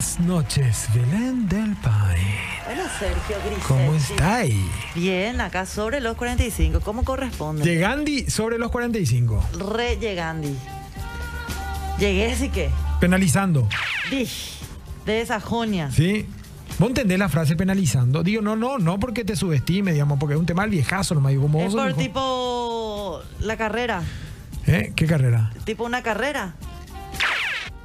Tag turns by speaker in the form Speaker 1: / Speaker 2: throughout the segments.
Speaker 1: Buenas noches, Belén del País.
Speaker 2: Hola Sergio Grisetti.
Speaker 1: ¿Cómo estáis?
Speaker 2: Bien, acá sobre los 45. ¿Cómo corresponde?
Speaker 1: Llegandi sobre los 45.
Speaker 2: Re llegandi. Llegué, así que.
Speaker 1: Penalizando.
Speaker 2: Dij, De esa jonia.
Speaker 1: ¿Sí? ¿Vos entendés la frase penalizando? Digo, no, no, no porque te subestime, digamos, porque es un tema del viejazo nomás. Digo, como
Speaker 2: es
Speaker 1: vos sos
Speaker 2: por
Speaker 1: viejo.
Speaker 2: tipo. La carrera.
Speaker 1: ¿Eh? ¿Qué carrera?
Speaker 2: Tipo una carrera.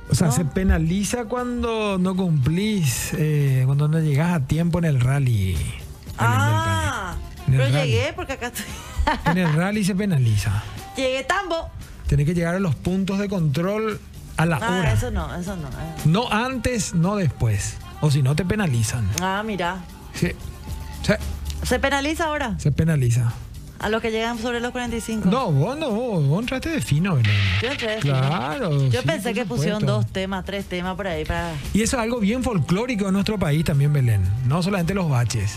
Speaker 1: O sea,
Speaker 2: No.
Speaker 1: se penaliza cuando no cumplís, eh, cuando no llegás a tiempo en el rally. Belén del
Speaker 2: Ah.
Speaker 1: País. En el
Speaker 2: Pero
Speaker 1: rally.
Speaker 2: llegué porque acá estoy.
Speaker 1: En el rally se penaliza.
Speaker 2: llegué tambo.
Speaker 1: Tenés que llegar a los puntos de control a la
Speaker 2: Ah,
Speaker 1: hora.
Speaker 2: eso no, eso no. eh.
Speaker 1: No antes, no después. O si no, te penalizan.
Speaker 2: Ah, mira.
Speaker 1: Sí. Se,
Speaker 2: ¿Se penaliza ahora?
Speaker 1: se penaliza.
Speaker 2: A los que llegan sobre los 45.
Speaker 1: No, vos no, vos entraste de fino, Belén.
Speaker 2: Yo entré.
Speaker 1: Claro.
Speaker 2: Yo
Speaker 1: sí,
Speaker 2: pensé
Speaker 1: por
Speaker 2: que
Speaker 1: supuesto.
Speaker 2: pusieron dos temas, tres temas por ahí para.
Speaker 1: Y eso es algo bien folclórico de nuestro país también, Belén. No solamente los baches.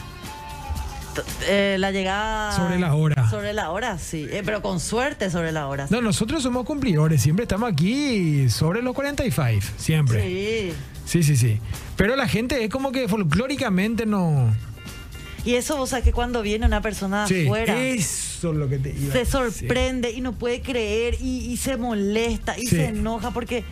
Speaker 2: T- eh, la llegada.
Speaker 1: Sobre la hora.
Speaker 2: Sobre la hora, sí. Eh, pero con suerte sobre la hora.
Speaker 1: No, nosotros somos cumplidores. Siempre estamos aquí sobre los 45. Siempre.
Speaker 2: Sí.
Speaker 1: Sí, sí, sí. Pero la gente es como que folclóricamente no.
Speaker 2: Y eso, o sea, que cuando viene una persona
Speaker 1: Sí,
Speaker 2: afuera.
Speaker 1: eso es lo que te iba a
Speaker 2: se
Speaker 1: decir.
Speaker 2: sorprende y no puede creer y, y se molesta y
Speaker 1: Sí.
Speaker 2: se enoja porque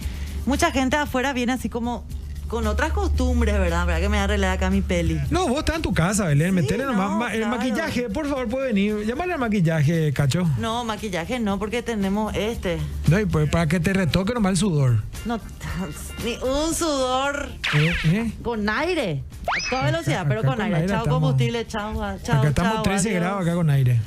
Speaker 2: mucha gente afuera viene así como con otras costumbres, ¿verdad? ¿Verdad que me arreglé acá mi peli?
Speaker 1: No, vos estás en tu casa, Belén.
Speaker 2: Sí,
Speaker 1: Metele nomás
Speaker 2: no,
Speaker 1: ma- el
Speaker 2: claro.
Speaker 1: maquillaje, por favor, puede venir. Llámale al maquillaje, cacho.
Speaker 2: No, maquillaje no, porque tenemos este.
Speaker 1: No, y pues para que te retoque nomás el sudor.
Speaker 2: No, ni un sudor
Speaker 1: ¿Eh? ¿Eh?
Speaker 2: con aire. A toda velocidad,
Speaker 1: acá
Speaker 2: pero con,
Speaker 1: con
Speaker 2: aire.
Speaker 1: aire
Speaker 2: Chao
Speaker 1: estamos-
Speaker 2: combustible, chao, ah, chao,
Speaker 1: acá estamos
Speaker 2: chao,
Speaker 1: 13
Speaker 2: adiós.
Speaker 1: grados acá con aire.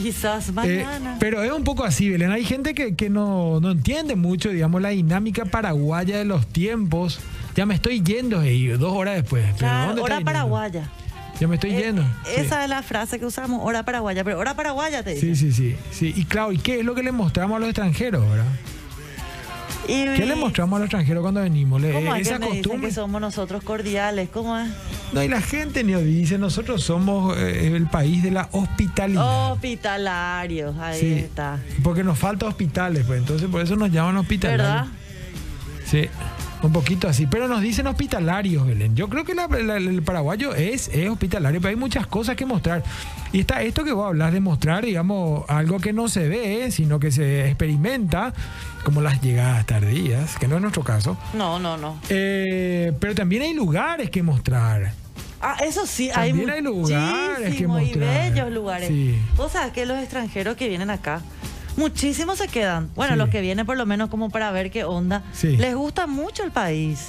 Speaker 2: Quizás
Speaker 1: Eh,
Speaker 2: mañana.
Speaker 1: pero es un poco así, Belén. Hay gente que, que no, no entiende mucho, digamos, la dinámica paraguaya de los tiempos. Ya me estoy yendo, eh, dos horas después. Pero
Speaker 2: Claro,
Speaker 1: ¿dónde
Speaker 2: hora
Speaker 1: estás yendo?
Speaker 2: paraguaya.
Speaker 1: Ya me estoy
Speaker 2: Eh,
Speaker 1: yendo. Sí.
Speaker 2: Esa es la frase que usamos, hora paraguaya. Pero hora paraguaya te
Speaker 1: Sí, sí,
Speaker 2: dice.
Speaker 1: sí, sí. Y claro, ¿y qué es lo que le mostramos a los extranjeros, verdad? ¿Qué le mostramos a los extranjeros cuando venimos? Le-
Speaker 2: ¿Cómo es
Speaker 1: esa
Speaker 2: que me dicen
Speaker 1: costumbre.
Speaker 2: que somos nosotros cordiales? ¿Cómo es?
Speaker 1: No, y la gente nos dice, nosotros somos eh, el país de la hospitalidad.
Speaker 2: Hospitalarios, Oh, ahí
Speaker 1: Sí.
Speaker 2: está.
Speaker 1: Porque nos falta hospitales, pues entonces por eso nos llaman
Speaker 2: ¿Verdad?
Speaker 1: hospitalarios. Sí, un poquito así. Pero nos dicen hospitalarios, Belén. Yo creo que la- la- el paraguayo es, es hospitalario, pero hay muchas cosas que mostrar. Y está esto que vos hablas de mostrar, digamos, algo que no se ve, sino que se experimenta, como las llegadas tardías, que no es nuestro caso.
Speaker 2: No, no, no.
Speaker 1: Eh, pero también hay lugares que mostrar.
Speaker 2: Ah, eso sí,
Speaker 1: También
Speaker 2: hay
Speaker 1: hay lugares que
Speaker 2: muchísimos y
Speaker 1: mostrar.
Speaker 2: bellos lugares.
Speaker 1: Sí.
Speaker 2: O sea, que los extranjeros que vienen acá, muchísimos se quedan. Bueno,
Speaker 1: Sí.
Speaker 2: los que vienen por lo menos como para ver qué onda.
Speaker 1: Sí.
Speaker 2: Les gusta mucho el país.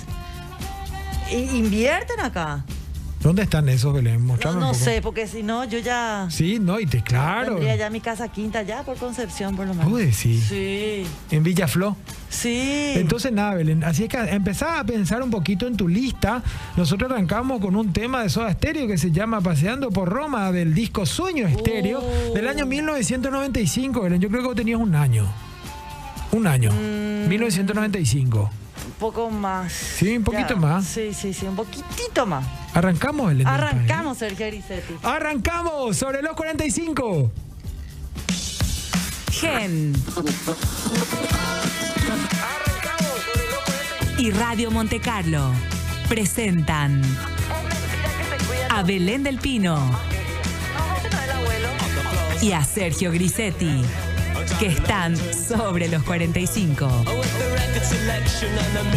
Speaker 2: Y invierten acá.
Speaker 1: ¿Dónde están esos, Belén?
Speaker 2: No,
Speaker 1: Mostrame un
Speaker 2: no
Speaker 1: poco.
Speaker 2: sé, porque si no, yo ya
Speaker 1: Sí, no, y te, claro.
Speaker 2: tendría ya mi casa quinta ya por Concepción, por lo menos.
Speaker 1: Uy, sí.
Speaker 2: Sí,
Speaker 1: En Villaflor.
Speaker 2: sí.
Speaker 1: Entonces, nada, Belén. Así es que empezá a pensar un poquito en tu lista. Nosotros arrancamos con un tema de Soda Stereo que se llama Paseando por Roma del disco Sueño Estéreo
Speaker 2: Uh.
Speaker 1: del año 1995, Belén. Yo creo que vos tenías un año. Un año.
Speaker 2: Mm.
Speaker 1: 1995.
Speaker 2: Un poco más.
Speaker 1: Sí, un poquito más.
Speaker 2: Sí, sí, sí, un poquitito más.
Speaker 1: Arrancamos, Belén. del País.
Speaker 2: Arrancamos, Sergio Grisetti.
Speaker 1: Arrancamos sobre los 45.
Speaker 3: Gen. Y Radio Monte Carlo presentan a Belén del Pino y a Sergio Grisetti, que están sobre los 45.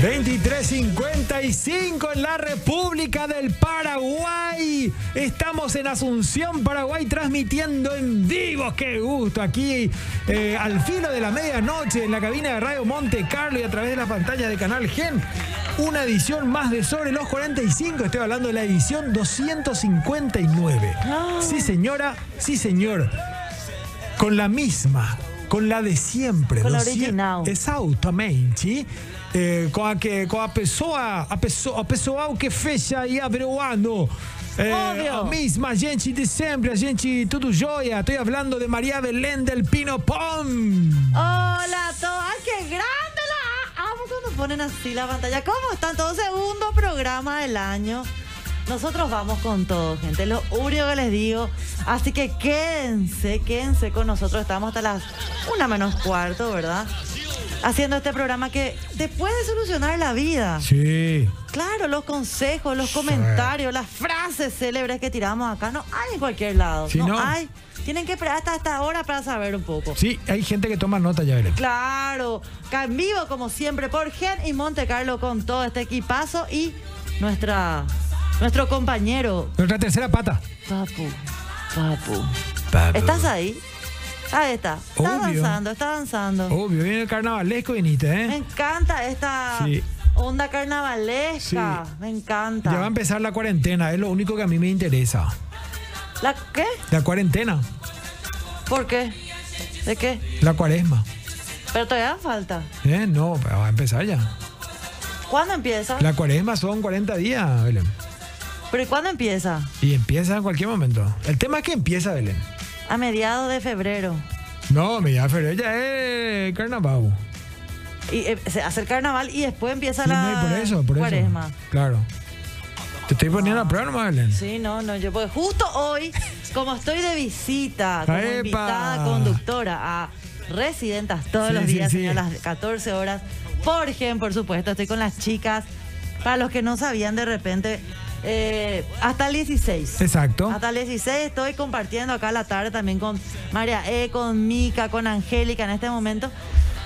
Speaker 1: 2355 en la República del Paraguay. Estamos en Asunción, Paraguay, transmitiendo en vivo. ¡Qué gusto! Aquí eh, al filo de la medianoche en la cabina de Radio Monte Carlo y a través de la pantalla de Canal Gen. Una edición más de Sobre los 45. Estoy hablando de la edición 259.
Speaker 2: Ah.
Speaker 1: Sí, señora, sí, señor. Con la misma, con la de siempre.
Speaker 2: Con la
Speaker 1: 200
Speaker 2: original.
Speaker 1: Exatamente. Eh, com, a que, com a pessoa, a pessoa, o pessoal que fecha aí abre o ano. É,
Speaker 2: Óbvio.
Speaker 1: a mesma gente de sempre, a gente tudo joia. Estou falando de Maria Belén del Pino Pom.
Speaker 2: Hola a todos. ¡Ay, qué grande la! Amo cuando ponen así la pantalla. ¿Cómo están? Todo segundo programa del año. Nosotros vamos con todo, gente. Lo único que les digo. Así que quédense, quédense con nosotros. Estamos hasta las una menos cuarto, ¿verdad? haciendo este programa que te puede solucionar la vida.
Speaker 1: Sí.
Speaker 2: Claro, los consejos, los comentarios, las frases célebres que tiramos acá no hay en cualquier lado.
Speaker 1: Sí,
Speaker 2: no,
Speaker 1: no.
Speaker 2: hay. Tienen que esperar hasta esta hora para saber un poco.
Speaker 1: Sí, hay gente que toma nota, ya veré.
Speaker 2: Claro, acá en vivo como siempre por Gen y Monte Carlo con todo este equipazo y nuestra nuestro compañero
Speaker 1: Nuestra tercera pata.
Speaker 2: Papu. Papu. ¿Estás ahí? Ahí está. Está
Speaker 1: Obvio. Oh.
Speaker 2: danzando, está danzando.
Speaker 1: Obvio, viene el carnavalesco, viniste,
Speaker 2: Me
Speaker 1: ¿eh?
Speaker 2: encanta esta
Speaker 1: Sí.
Speaker 2: onda carnavalesca.
Speaker 1: Sí.
Speaker 2: Me encanta.
Speaker 1: Ya va a empezar la cuarentena, es lo único que a mí me interesa.
Speaker 2: ¿La qué?
Speaker 1: La cuarentena,
Speaker 2: ¿Por qué? ¿De qué?
Speaker 1: la cuaresma.
Speaker 2: Pero todavía falta.
Speaker 1: ¿Eh? No, pero va a empezar ya.
Speaker 2: ¿Cuándo empieza?
Speaker 1: La cuaresma son 40 días, Belén.
Speaker 2: ¿Pero y cuándo empieza?
Speaker 1: Y empieza en cualquier momento. El tema es que empieza, Belén.
Speaker 2: A mediados de febrero.
Speaker 1: No, mira, pero ya es carnaval.
Speaker 2: Y eh, se hace el carnaval y después empieza
Speaker 1: Sí,
Speaker 2: la
Speaker 1: no, y por eso, por eso.
Speaker 2: cuaresma.
Speaker 1: Claro. Te estoy poniendo a prueba nomás, Belén.
Speaker 2: Sí, no, no, yo porque justo hoy, como estoy de visita, como
Speaker 1: ¡Epa!
Speaker 2: invitada conductora a residentas todos
Speaker 1: Sí,
Speaker 2: los
Speaker 1: sí,
Speaker 2: días
Speaker 1: sí.
Speaker 2: señor, a las 14 horas, por ejemplo, por supuesto, estoy con las chicas. Para los que no sabían, de repente, eh, hasta el 16.
Speaker 1: Exacto.
Speaker 2: Hasta el 16 estoy compartiendo acá la tarde también con María E, con Mica, con Angélica en este momento.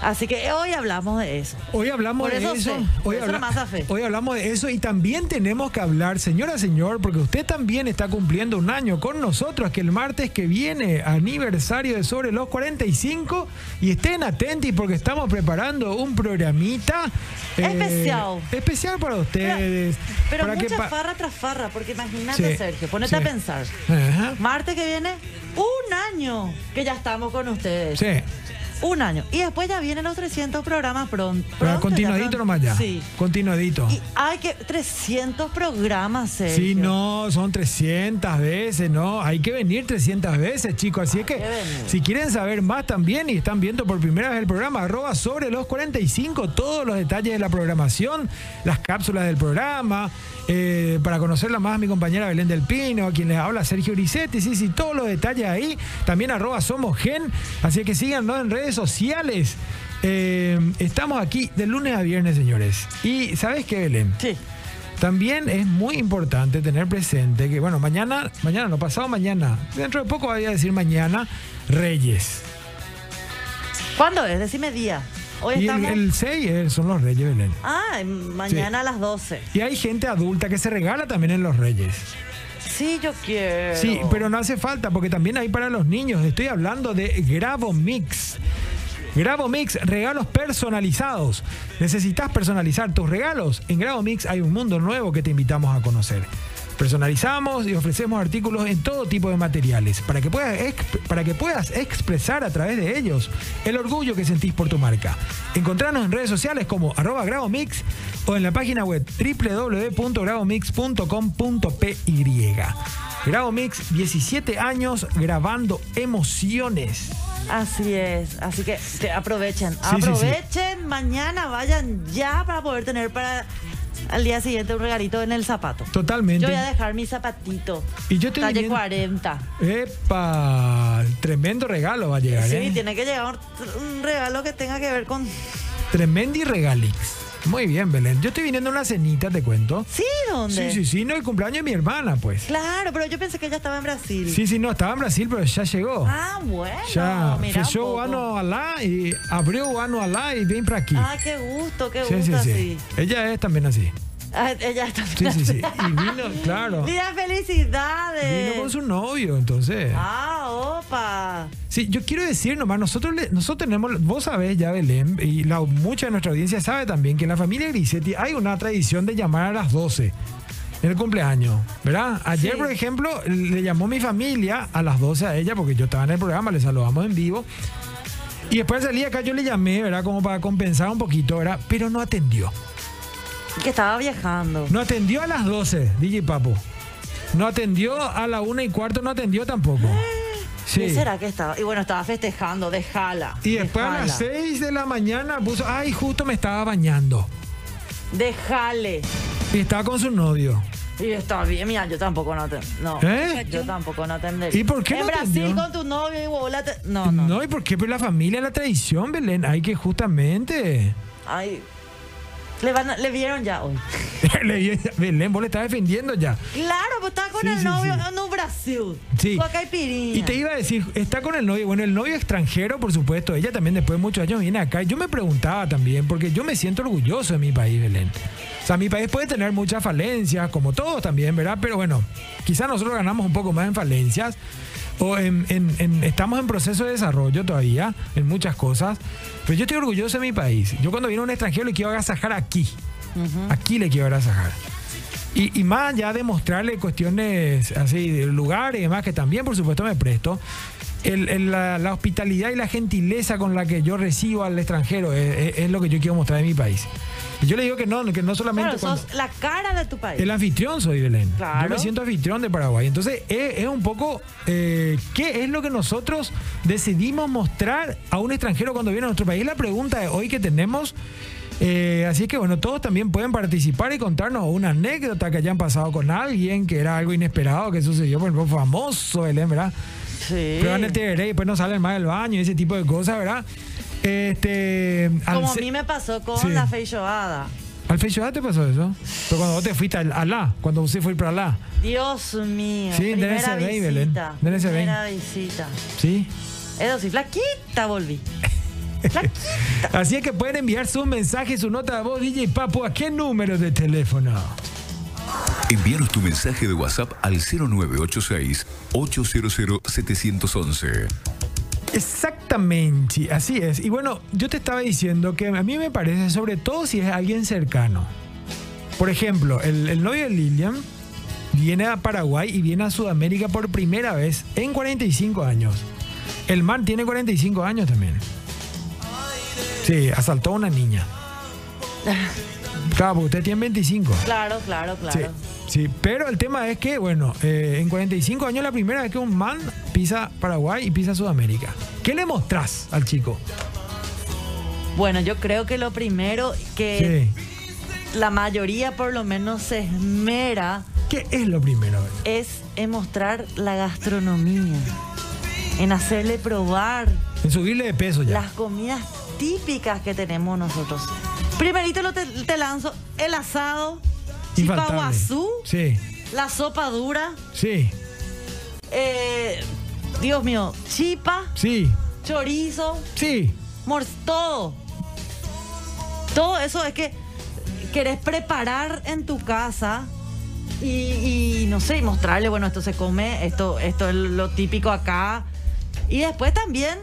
Speaker 2: Así que hoy hablamos de eso.
Speaker 1: Hoy hablamos
Speaker 2: Por eso
Speaker 1: de
Speaker 2: sé,
Speaker 1: eso.
Speaker 2: por
Speaker 1: hoy,
Speaker 2: eso
Speaker 1: habla-
Speaker 2: nomás a fe.
Speaker 1: hoy hablamos de eso y también tenemos que hablar, señora, señor, porque usted también está cumpliendo un año con nosotros, que el martes que viene, aniversario de sobre los 45, y estén atentos porque estamos preparando un programita eh,
Speaker 2: Especial.
Speaker 1: Especial para ustedes.
Speaker 2: Pero
Speaker 1: para
Speaker 2: mucha
Speaker 1: pa-
Speaker 2: farra tras farra, porque imagínate,
Speaker 1: Sí,
Speaker 2: Sergio,
Speaker 1: sí.
Speaker 2: ponete a pensar.
Speaker 1: Ajá.
Speaker 2: Martes que viene, un año que ya estamos con ustedes.
Speaker 1: Sí.
Speaker 2: Un año. Y después ya vienen los 300 programas pron- pronto.
Speaker 1: Pero
Speaker 2: ya
Speaker 1: continuadito
Speaker 2: pronto.
Speaker 1: nomás ya.
Speaker 2: Sí.
Speaker 1: Continuadito.
Speaker 2: Y hay que. 300 programas, Sergio.
Speaker 1: Sí, no, son 300 veces, ¿no? Hay que venir 300 veces, chicos. Así es que,
Speaker 2: que venir.
Speaker 1: si quieren saber más también y están viendo por primera vez el programa, arroba sobre los 45, todos los detalles de la programación, las cápsulas del programa, eh, para conocerla más mi compañera Belén del Pino, a quien les habla Sergio Uricetti, sí, sí, todos los detalles ahí. También arroba somos gen, así que síganos en redes sociales. Eh, estamos aquí de lunes a viernes, señores. ¿Y sabes qué, Belén?
Speaker 2: Sí.
Speaker 1: También es muy importante tener presente que, bueno, mañana, mañana, no pasado mañana, dentro de poco voy a decir mañana, Reyes.
Speaker 2: ¿Cuándo es? Decime día. Hoy
Speaker 1: Y el,
Speaker 2: estamos.
Speaker 1: el 6 es- son los Reyes, Belén.
Speaker 2: Ah, mañana a las 12.
Speaker 1: Y hay gente adulta que se regala también en los Reyes.
Speaker 2: Sí, yo quiero.
Speaker 1: Sí, pero no hace falta porque también hay para los niños. Estoy hablando de Grabo Mix. Grabo Mix, regalos personalizados. ¿Necesitas personalizar tus regalos? En Grabo Mix hay un mundo nuevo que te invitamos a conocer. Personalizamos y ofrecemos artículos en todo tipo de materiales para que puedas, exp- para que puedas expresar a través de ellos el orgullo que sentís por tu marca. Encontranos en redes sociales como arroba grabomix o en la página web www.grabomix.com.py. Grabo Mix, 17 años grabando emociones.
Speaker 2: Así es, así que te aprovechen,
Speaker 1: sí, sí.
Speaker 2: aprovechen, mañana vayan ya para poder tener para al día siguiente un regalito en el zapato.
Speaker 1: Totalmente.
Speaker 2: Yo voy a dejar mi zapatito.
Speaker 1: Y yo te
Speaker 2: Talle
Speaker 1: viniendo-
Speaker 2: 40.
Speaker 1: ¡Epa! Tremendo regalo va a llegar,
Speaker 2: Sí,
Speaker 1: ¿eh?
Speaker 2: tiene que llegar un- un regalo que tenga que ver con...
Speaker 1: Tremendi regalix. Muy bien, Belén. Yo estoy viniendo a una cenita, te cuento.
Speaker 2: Sí, ¿dónde?
Speaker 1: Sí, sí, sí, no, el cumpleaños de mi hermana, pues.
Speaker 2: Claro, pero yo pensé que ella estaba en Brasil.
Speaker 1: Sí, sí, no, estaba en Brasil, pero ya llegó.
Speaker 2: Ah, bueno.
Speaker 1: ya
Speaker 2: mira un
Speaker 1: fechó
Speaker 2: poco.
Speaker 1: ano alá y abrió guano alá y ven para aquí.
Speaker 2: Ah, qué gusto, qué
Speaker 1: sí,
Speaker 2: gusto
Speaker 1: sí, sí.
Speaker 2: así.
Speaker 1: Ella es también así.
Speaker 2: Ah, ella está...
Speaker 1: Sí, sí, sí. Y vino, claro.
Speaker 2: Mira, felicidades.
Speaker 1: Vino con su novio, entonces.
Speaker 2: Ah, opa.
Speaker 1: Sí, yo quiero decir nomás, nosotros, le- nosotros tenemos, vos sabés ya Belén, y la, mucha de nuestra audiencia sabe también que en la familia Grisetti hay una tradición de llamar a las 12 en el cumpleaños, ¿verdad? Ayer,
Speaker 2: Sí.
Speaker 1: por ejemplo, le llamó mi familia a las 12 a ella, porque yo estaba en el programa, le saludamos en vivo, y después salí acá, yo le llamé, ¿verdad? Como para compensar un poquito, ¿verdad? Pero no atendió.
Speaker 2: Que estaba viajando.
Speaker 1: No atendió a las 12, DJ Papo. No atendió a la 1 y cuarto, no atendió tampoco.
Speaker 2: ¿Qué será que estaba? Y bueno, estaba festejando, déjala.
Speaker 1: Y después a las 6 de la mañana puso, ay, justo me estaba bañando.
Speaker 2: Déjale.
Speaker 1: Y estaba con su novio.
Speaker 2: Y está bien, mira, yo tampoco no te. No.
Speaker 1: ¿Eh?
Speaker 2: Yo tampoco no atendería.
Speaker 1: ¿Y por qué
Speaker 2: En
Speaker 1: no
Speaker 2: Brasil
Speaker 1: atendió?
Speaker 2: con tu novio y bola te- No, no.
Speaker 1: No, ¿y por qué? Pero la familia, la tradición, Belén. Hay que justamente.
Speaker 2: Ay. Le, van a- le vieron ya hoy.
Speaker 1: Le vi- Belén, vos le estás defendiendo ya.
Speaker 2: Claro, pues está con
Speaker 1: Sí,
Speaker 2: el
Speaker 1: sí,
Speaker 2: novio
Speaker 1: sí.
Speaker 2: en un Brasil.
Speaker 1: Sí.
Speaker 2: Con caipirinha.
Speaker 1: Y te iba a decir, está con el novio. Bueno, el novio extranjero, por supuesto. Ella también después de muchos años viene acá. Yo me preguntaba también, porque yo me siento orgulloso de mi país, Belén. O sea, mi país puede tener muchas falencias, como todos también, ¿verdad? Pero bueno, quizás nosotros ganamos un poco más en falencias. O en- en- en- estamos en proceso de desarrollo todavía, en muchas cosas. Pero yo estoy orgulloso de mi país. Yo cuando viene un extranjero le quiero agasajar aquí. Aquí le quiero agasajar. Y, y más allá de mostrarle cuestiones así, de lugares y demás, que también por supuesto me presto, el- el- la, la hospitalidad y la gentileza con la que yo recibo al extranjero es, es- es lo que yo quiero mostrar de mi país. Y Yo le digo que no, que no solamente
Speaker 2: Claro,
Speaker 1: cuando-
Speaker 2: sos la cara de tu país.
Speaker 1: el anfitrión soy Belén.
Speaker 2: Claro.
Speaker 1: Yo me siento anfitrión de Paraguay. Entonces es, es un poco eh, qué es lo que nosotros decidimos mostrar a un extranjero cuando viene a nuestro país. Es la pregunta de hoy que tenemos. Eh, así que bueno, todos también pueden participar y contarnos una anécdota que hayan pasado con alguien, que era algo inesperado, que sucedió, por ejemplo, famoso, Belén, ¿verdad?
Speaker 2: Sí.
Speaker 1: Prueban el TRE y después no salen más del baño, ese tipo de cosas, ¿verdad? Este, al
Speaker 2: Como a
Speaker 1: se-
Speaker 2: mí me pasó con
Speaker 1: Sí.
Speaker 2: la feijoada.
Speaker 1: ¿Al Feijoada te pasó eso? Pero cuando vos te fuiste al Alá, cuando usted fue para Alá.
Speaker 2: Dios mío.
Speaker 1: Sí, den
Speaker 2: primera
Speaker 1: ese vein,
Speaker 2: visita.
Speaker 1: Belén. Den ese vein.
Speaker 2: primera visita.
Speaker 1: Sí.
Speaker 2: Eso Eh, sí, flaquita volví. Flaquita.
Speaker 1: Así es que pueden enviar su mensaje, su nota de voz, DJ Papo, ¿a qué número de teléfono?
Speaker 4: Envíanos tu mensaje de WhatsApp al 0986 800 711.
Speaker 1: Exactamente, así es. Y bueno, yo te estaba diciendo que a mí me parece, sobre todo si es alguien cercano. Por ejemplo, el, el novio de Lilian viene a Paraguay y viene a Sudamérica por primera vez en 45 años. El man tiene 45 años también. Sí, asaltó a una niña. Claro, porque usted tiene 25.
Speaker 2: Claro, claro,
Speaker 1: Sí,
Speaker 2: claro.
Speaker 1: sí, pero el tema es que, bueno, eh, en 45 años la primera vez que un man pisa Paraguay y pisa Sudamérica. ¿Qué le mostrás al chico?
Speaker 2: Bueno, yo creo que lo primero que
Speaker 1: ¿Qué,
Speaker 2: la mayoría por lo menos se esmera
Speaker 1: ¿Qué es lo primero?
Speaker 2: es en mostrar la gastronomía, en hacerle probar
Speaker 1: En subirle de peso ya.
Speaker 2: las comidas típicas que tenemos nosotros. Primerito lo te, te lanzo el asado,
Speaker 1: Infaltable.
Speaker 2: chipaguazú,
Speaker 1: Sí,
Speaker 2: la sopa dura,
Speaker 1: sí,
Speaker 2: eh, Dios mío, chipa,
Speaker 1: sí,
Speaker 2: chorizo,
Speaker 1: sí.
Speaker 2: Mor- todo. Todo eso es que querés preparar en tu casa y, y, no sé, y mostrarle, bueno, esto se come, esto, esto es lo típico acá. Y después también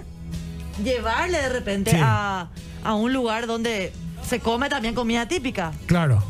Speaker 2: llevarle de repente
Speaker 1: Sí.
Speaker 2: a, a un lugar donde se come también comida típica.
Speaker 1: Claro.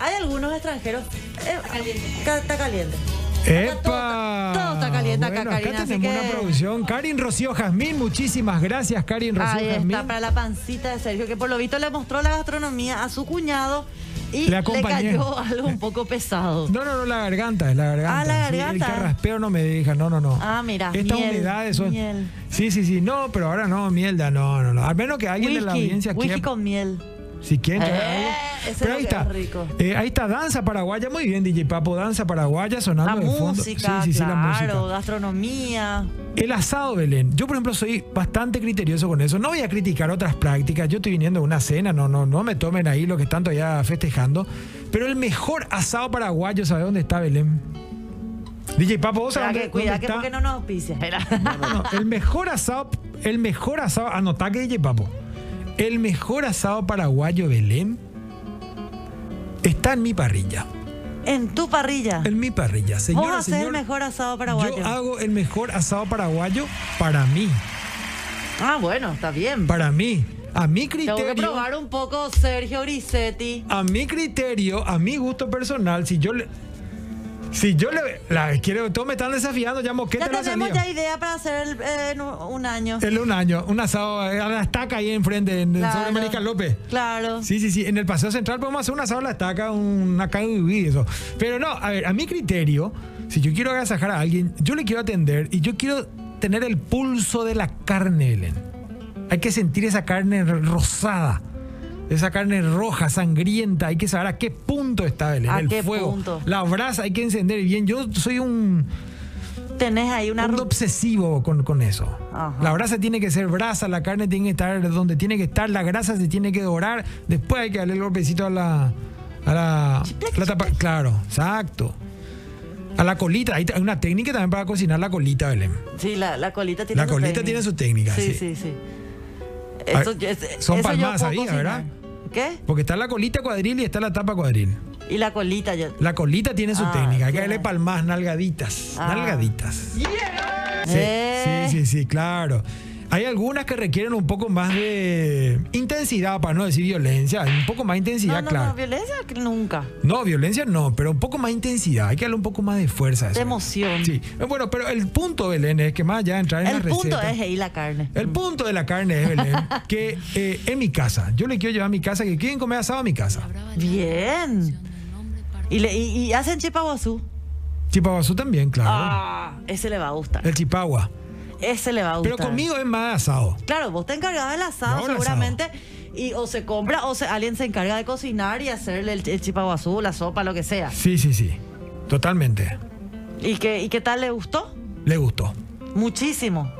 Speaker 2: Hay algunos extranjeros. eh, ca- está caliente. Acá todo
Speaker 1: ¡Epa!
Speaker 2: está- Todo, está caliente acá,
Speaker 1: Bueno,
Speaker 2: Karina, así
Speaker 1: tenemos
Speaker 2: que-
Speaker 1: una producción. Karin Rocío Jazmín, muchísimas gracias, Karin Rocío
Speaker 2: Ahí
Speaker 1: Jazmín.
Speaker 2: está, para la pancita de Sergio, que por lo visto le mostró la gastronomía a su cuñado y
Speaker 1: Le
Speaker 2: le,
Speaker 1: acompañé.
Speaker 2: cayó algo un poco pesado.
Speaker 1: No, no, no, la garganta, es la garganta.
Speaker 2: Ah, la
Speaker 1: Sí,
Speaker 2: garganta.
Speaker 1: el carraspeo no me deja, no, no, no.
Speaker 2: Ah, mira,
Speaker 1: Estas
Speaker 2: miel,
Speaker 1: humedades son.
Speaker 2: miel.
Speaker 1: Sí, sí, sí, no, pero ahora no, mielda, no, no, no. Al menos que alguien de la
Speaker 2: Whisky,
Speaker 1: audiencia
Speaker 2: whisky
Speaker 1: quiera-
Speaker 2: con miel.
Speaker 1: Si quieren traer
Speaker 2: Eh,
Speaker 1: algo.
Speaker 2: ese
Speaker 1: Pero
Speaker 2: es lo
Speaker 1: ahí
Speaker 2: que
Speaker 1: está.
Speaker 2: es rico.
Speaker 1: Eh, ahí está, danza paraguaya, muy bien, DJ Papo, danza paraguaya sonando
Speaker 2: La
Speaker 1: de fondo.
Speaker 2: música,
Speaker 1: sí, sí, sí, la música.
Speaker 2: claro, gastronomía.
Speaker 1: El asado, Belén. Yo, por ejemplo, soy bastante criterioso con eso. No voy a criticar otras prácticas. Yo estoy viniendo de una cena, no, no, no me tomen ahí lo que están todavía festejando. Pero el mejor asado paraguayo, ¿sabe dónde está, Belén? DJ Papo, ¿vos
Speaker 2: Cuidado
Speaker 1: sabés
Speaker 2: que,
Speaker 1: dónde,
Speaker 2: cuidá
Speaker 1: dónde
Speaker 2: que
Speaker 1: está?
Speaker 2: porque no nos auspicia.
Speaker 1: No, el mejor asado, el mejor asado, anotá que DJ Papo. El mejor asado paraguayo, Belén, está en mi parrilla.
Speaker 2: En tu parrilla.
Speaker 1: En mi parrilla,
Speaker 2: Vos
Speaker 1: señora,
Speaker 2: haces el
Speaker 1: señor.
Speaker 2: mejor asado paraguayo.
Speaker 1: Yo hago el mejor asado paraguayo para mí.
Speaker 2: Ah, bueno, está bien.
Speaker 1: Para mí, a mi
Speaker 2: Tengo que
Speaker 1: criterio,
Speaker 2: probar un poco Sergio Grisetti.
Speaker 1: a mi criterio, a mi gusto personal, si yo le si yo le la quiero, todos me están desafiando, ya moquete
Speaker 2: Ya
Speaker 1: la
Speaker 2: tenemos
Speaker 1: salida.
Speaker 2: ya idea para hacer el- eh, en un año.
Speaker 1: El un año, un asado eh, a la estaca ahí enfrente en, en
Speaker 2: Claro.
Speaker 1: sobre América López.
Speaker 2: Claro.
Speaker 1: Sí, sí, sí. En el Paseo Central podemos hacer una sola estaca, una y eso. Pero no, a ver, a mi criterio, si yo quiero agasajar a alguien, yo le quiero atender y yo quiero tener el pulso de la carne, Helen. Hay que sentir esa carne r- rosada. Esa carne roja, sangrienta, hay que saber a qué punto está Belén,
Speaker 2: ¿A
Speaker 1: el
Speaker 2: qué
Speaker 1: fuego.
Speaker 2: punto?
Speaker 1: La brasa hay que encender bien. Yo soy un,
Speaker 2: Tenés ahí una
Speaker 1: un
Speaker 2: ru-
Speaker 1: obsesivo con, con eso.
Speaker 2: Ajá.
Speaker 1: La brasa tiene que ser brasa, la carne tiene que estar donde tiene que estar, la grasa se tiene que dorar. Después hay que darle el golpecito a la. A la,
Speaker 2: Chiplac,
Speaker 1: la tapa- Claro, exacto. A la colita. Hay, hay una técnica también para cocinar la colita, Belén.
Speaker 2: Sí, la, la colita tiene
Speaker 1: La
Speaker 2: su
Speaker 1: colita
Speaker 2: técnica.
Speaker 1: tiene su técnica,
Speaker 2: Sí,
Speaker 1: sí.
Speaker 2: sí, sí. Eso,
Speaker 1: ver,
Speaker 2: es-
Speaker 1: son
Speaker 2: eso yo
Speaker 1: palmadas
Speaker 2: puedo
Speaker 1: ahí,
Speaker 2: cocinar.
Speaker 1: ¿verdad?
Speaker 2: ¿Qué?
Speaker 1: Porque está la colita cuadril y está la tapa cuadril.
Speaker 2: Y la colita. Yo...
Speaker 1: La colita tiene su
Speaker 2: Ah,
Speaker 1: técnica. Hay que
Speaker 2: tiene.
Speaker 1: darle palmas, nalgaditas.
Speaker 2: Ah.
Speaker 1: Nalgaditas. Sí,
Speaker 2: Eh.
Speaker 1: sí, sí, sí, claro. Hay algunas que requieren un poco más de intensidad, para no decir violencia. Un poco más de
Speaker 2: No,
Speaker 1: intensidad,
Speaker 2: no,
Speaker 1: claro.
Speaker 2: no, violencia que nunca.
Speaker 1: No, violencia no, pero un poco más de intensidad. Hay que darle un poco más de fuerza. a eso.
Speaker 2: De emoción.
Speaker 1: Sí. Eh, Bueno, pero el punto, Belén, es que más allá de entrar en
Speaker 2: El
Speaker 1: la
Speaker 2: punto
Speaker 1: receta-
Speaker 2: es ahí la carne.
Speaker 1: El punto de la carne es, Belén, que eh, en mi casa, yo le quiero llevar a mi casa, que quieren comer asado a mi casa.
Speaker 2: Bien. Y, le, y, y hacen chipaguazú.
Speaker 1: Chipabazú también, claro.
Speaker 2: Ah, ese le va a gustar.
Speaker 1: El chipagua.
Speaker 2: Ese le va a gustar.
Speaker 1: Eh, Pero conmigo es más asado.
Speaker 2: Claro, vos te encargás del asado
Speaker 1: Yo hago el
Speaker 2: seguramente. Y o se compra o se- alguien se encarga de cocinar y hacerle el, el chipaguazú, la sopa, lo que sea.
Speaker 1: Sí, sí, sí. Totalmente.
Speaker 2: ¿Y qué, ¿Y qué tal le gustó?
Speaker 1: Le gustó.
Speaker 2: Muchísimo.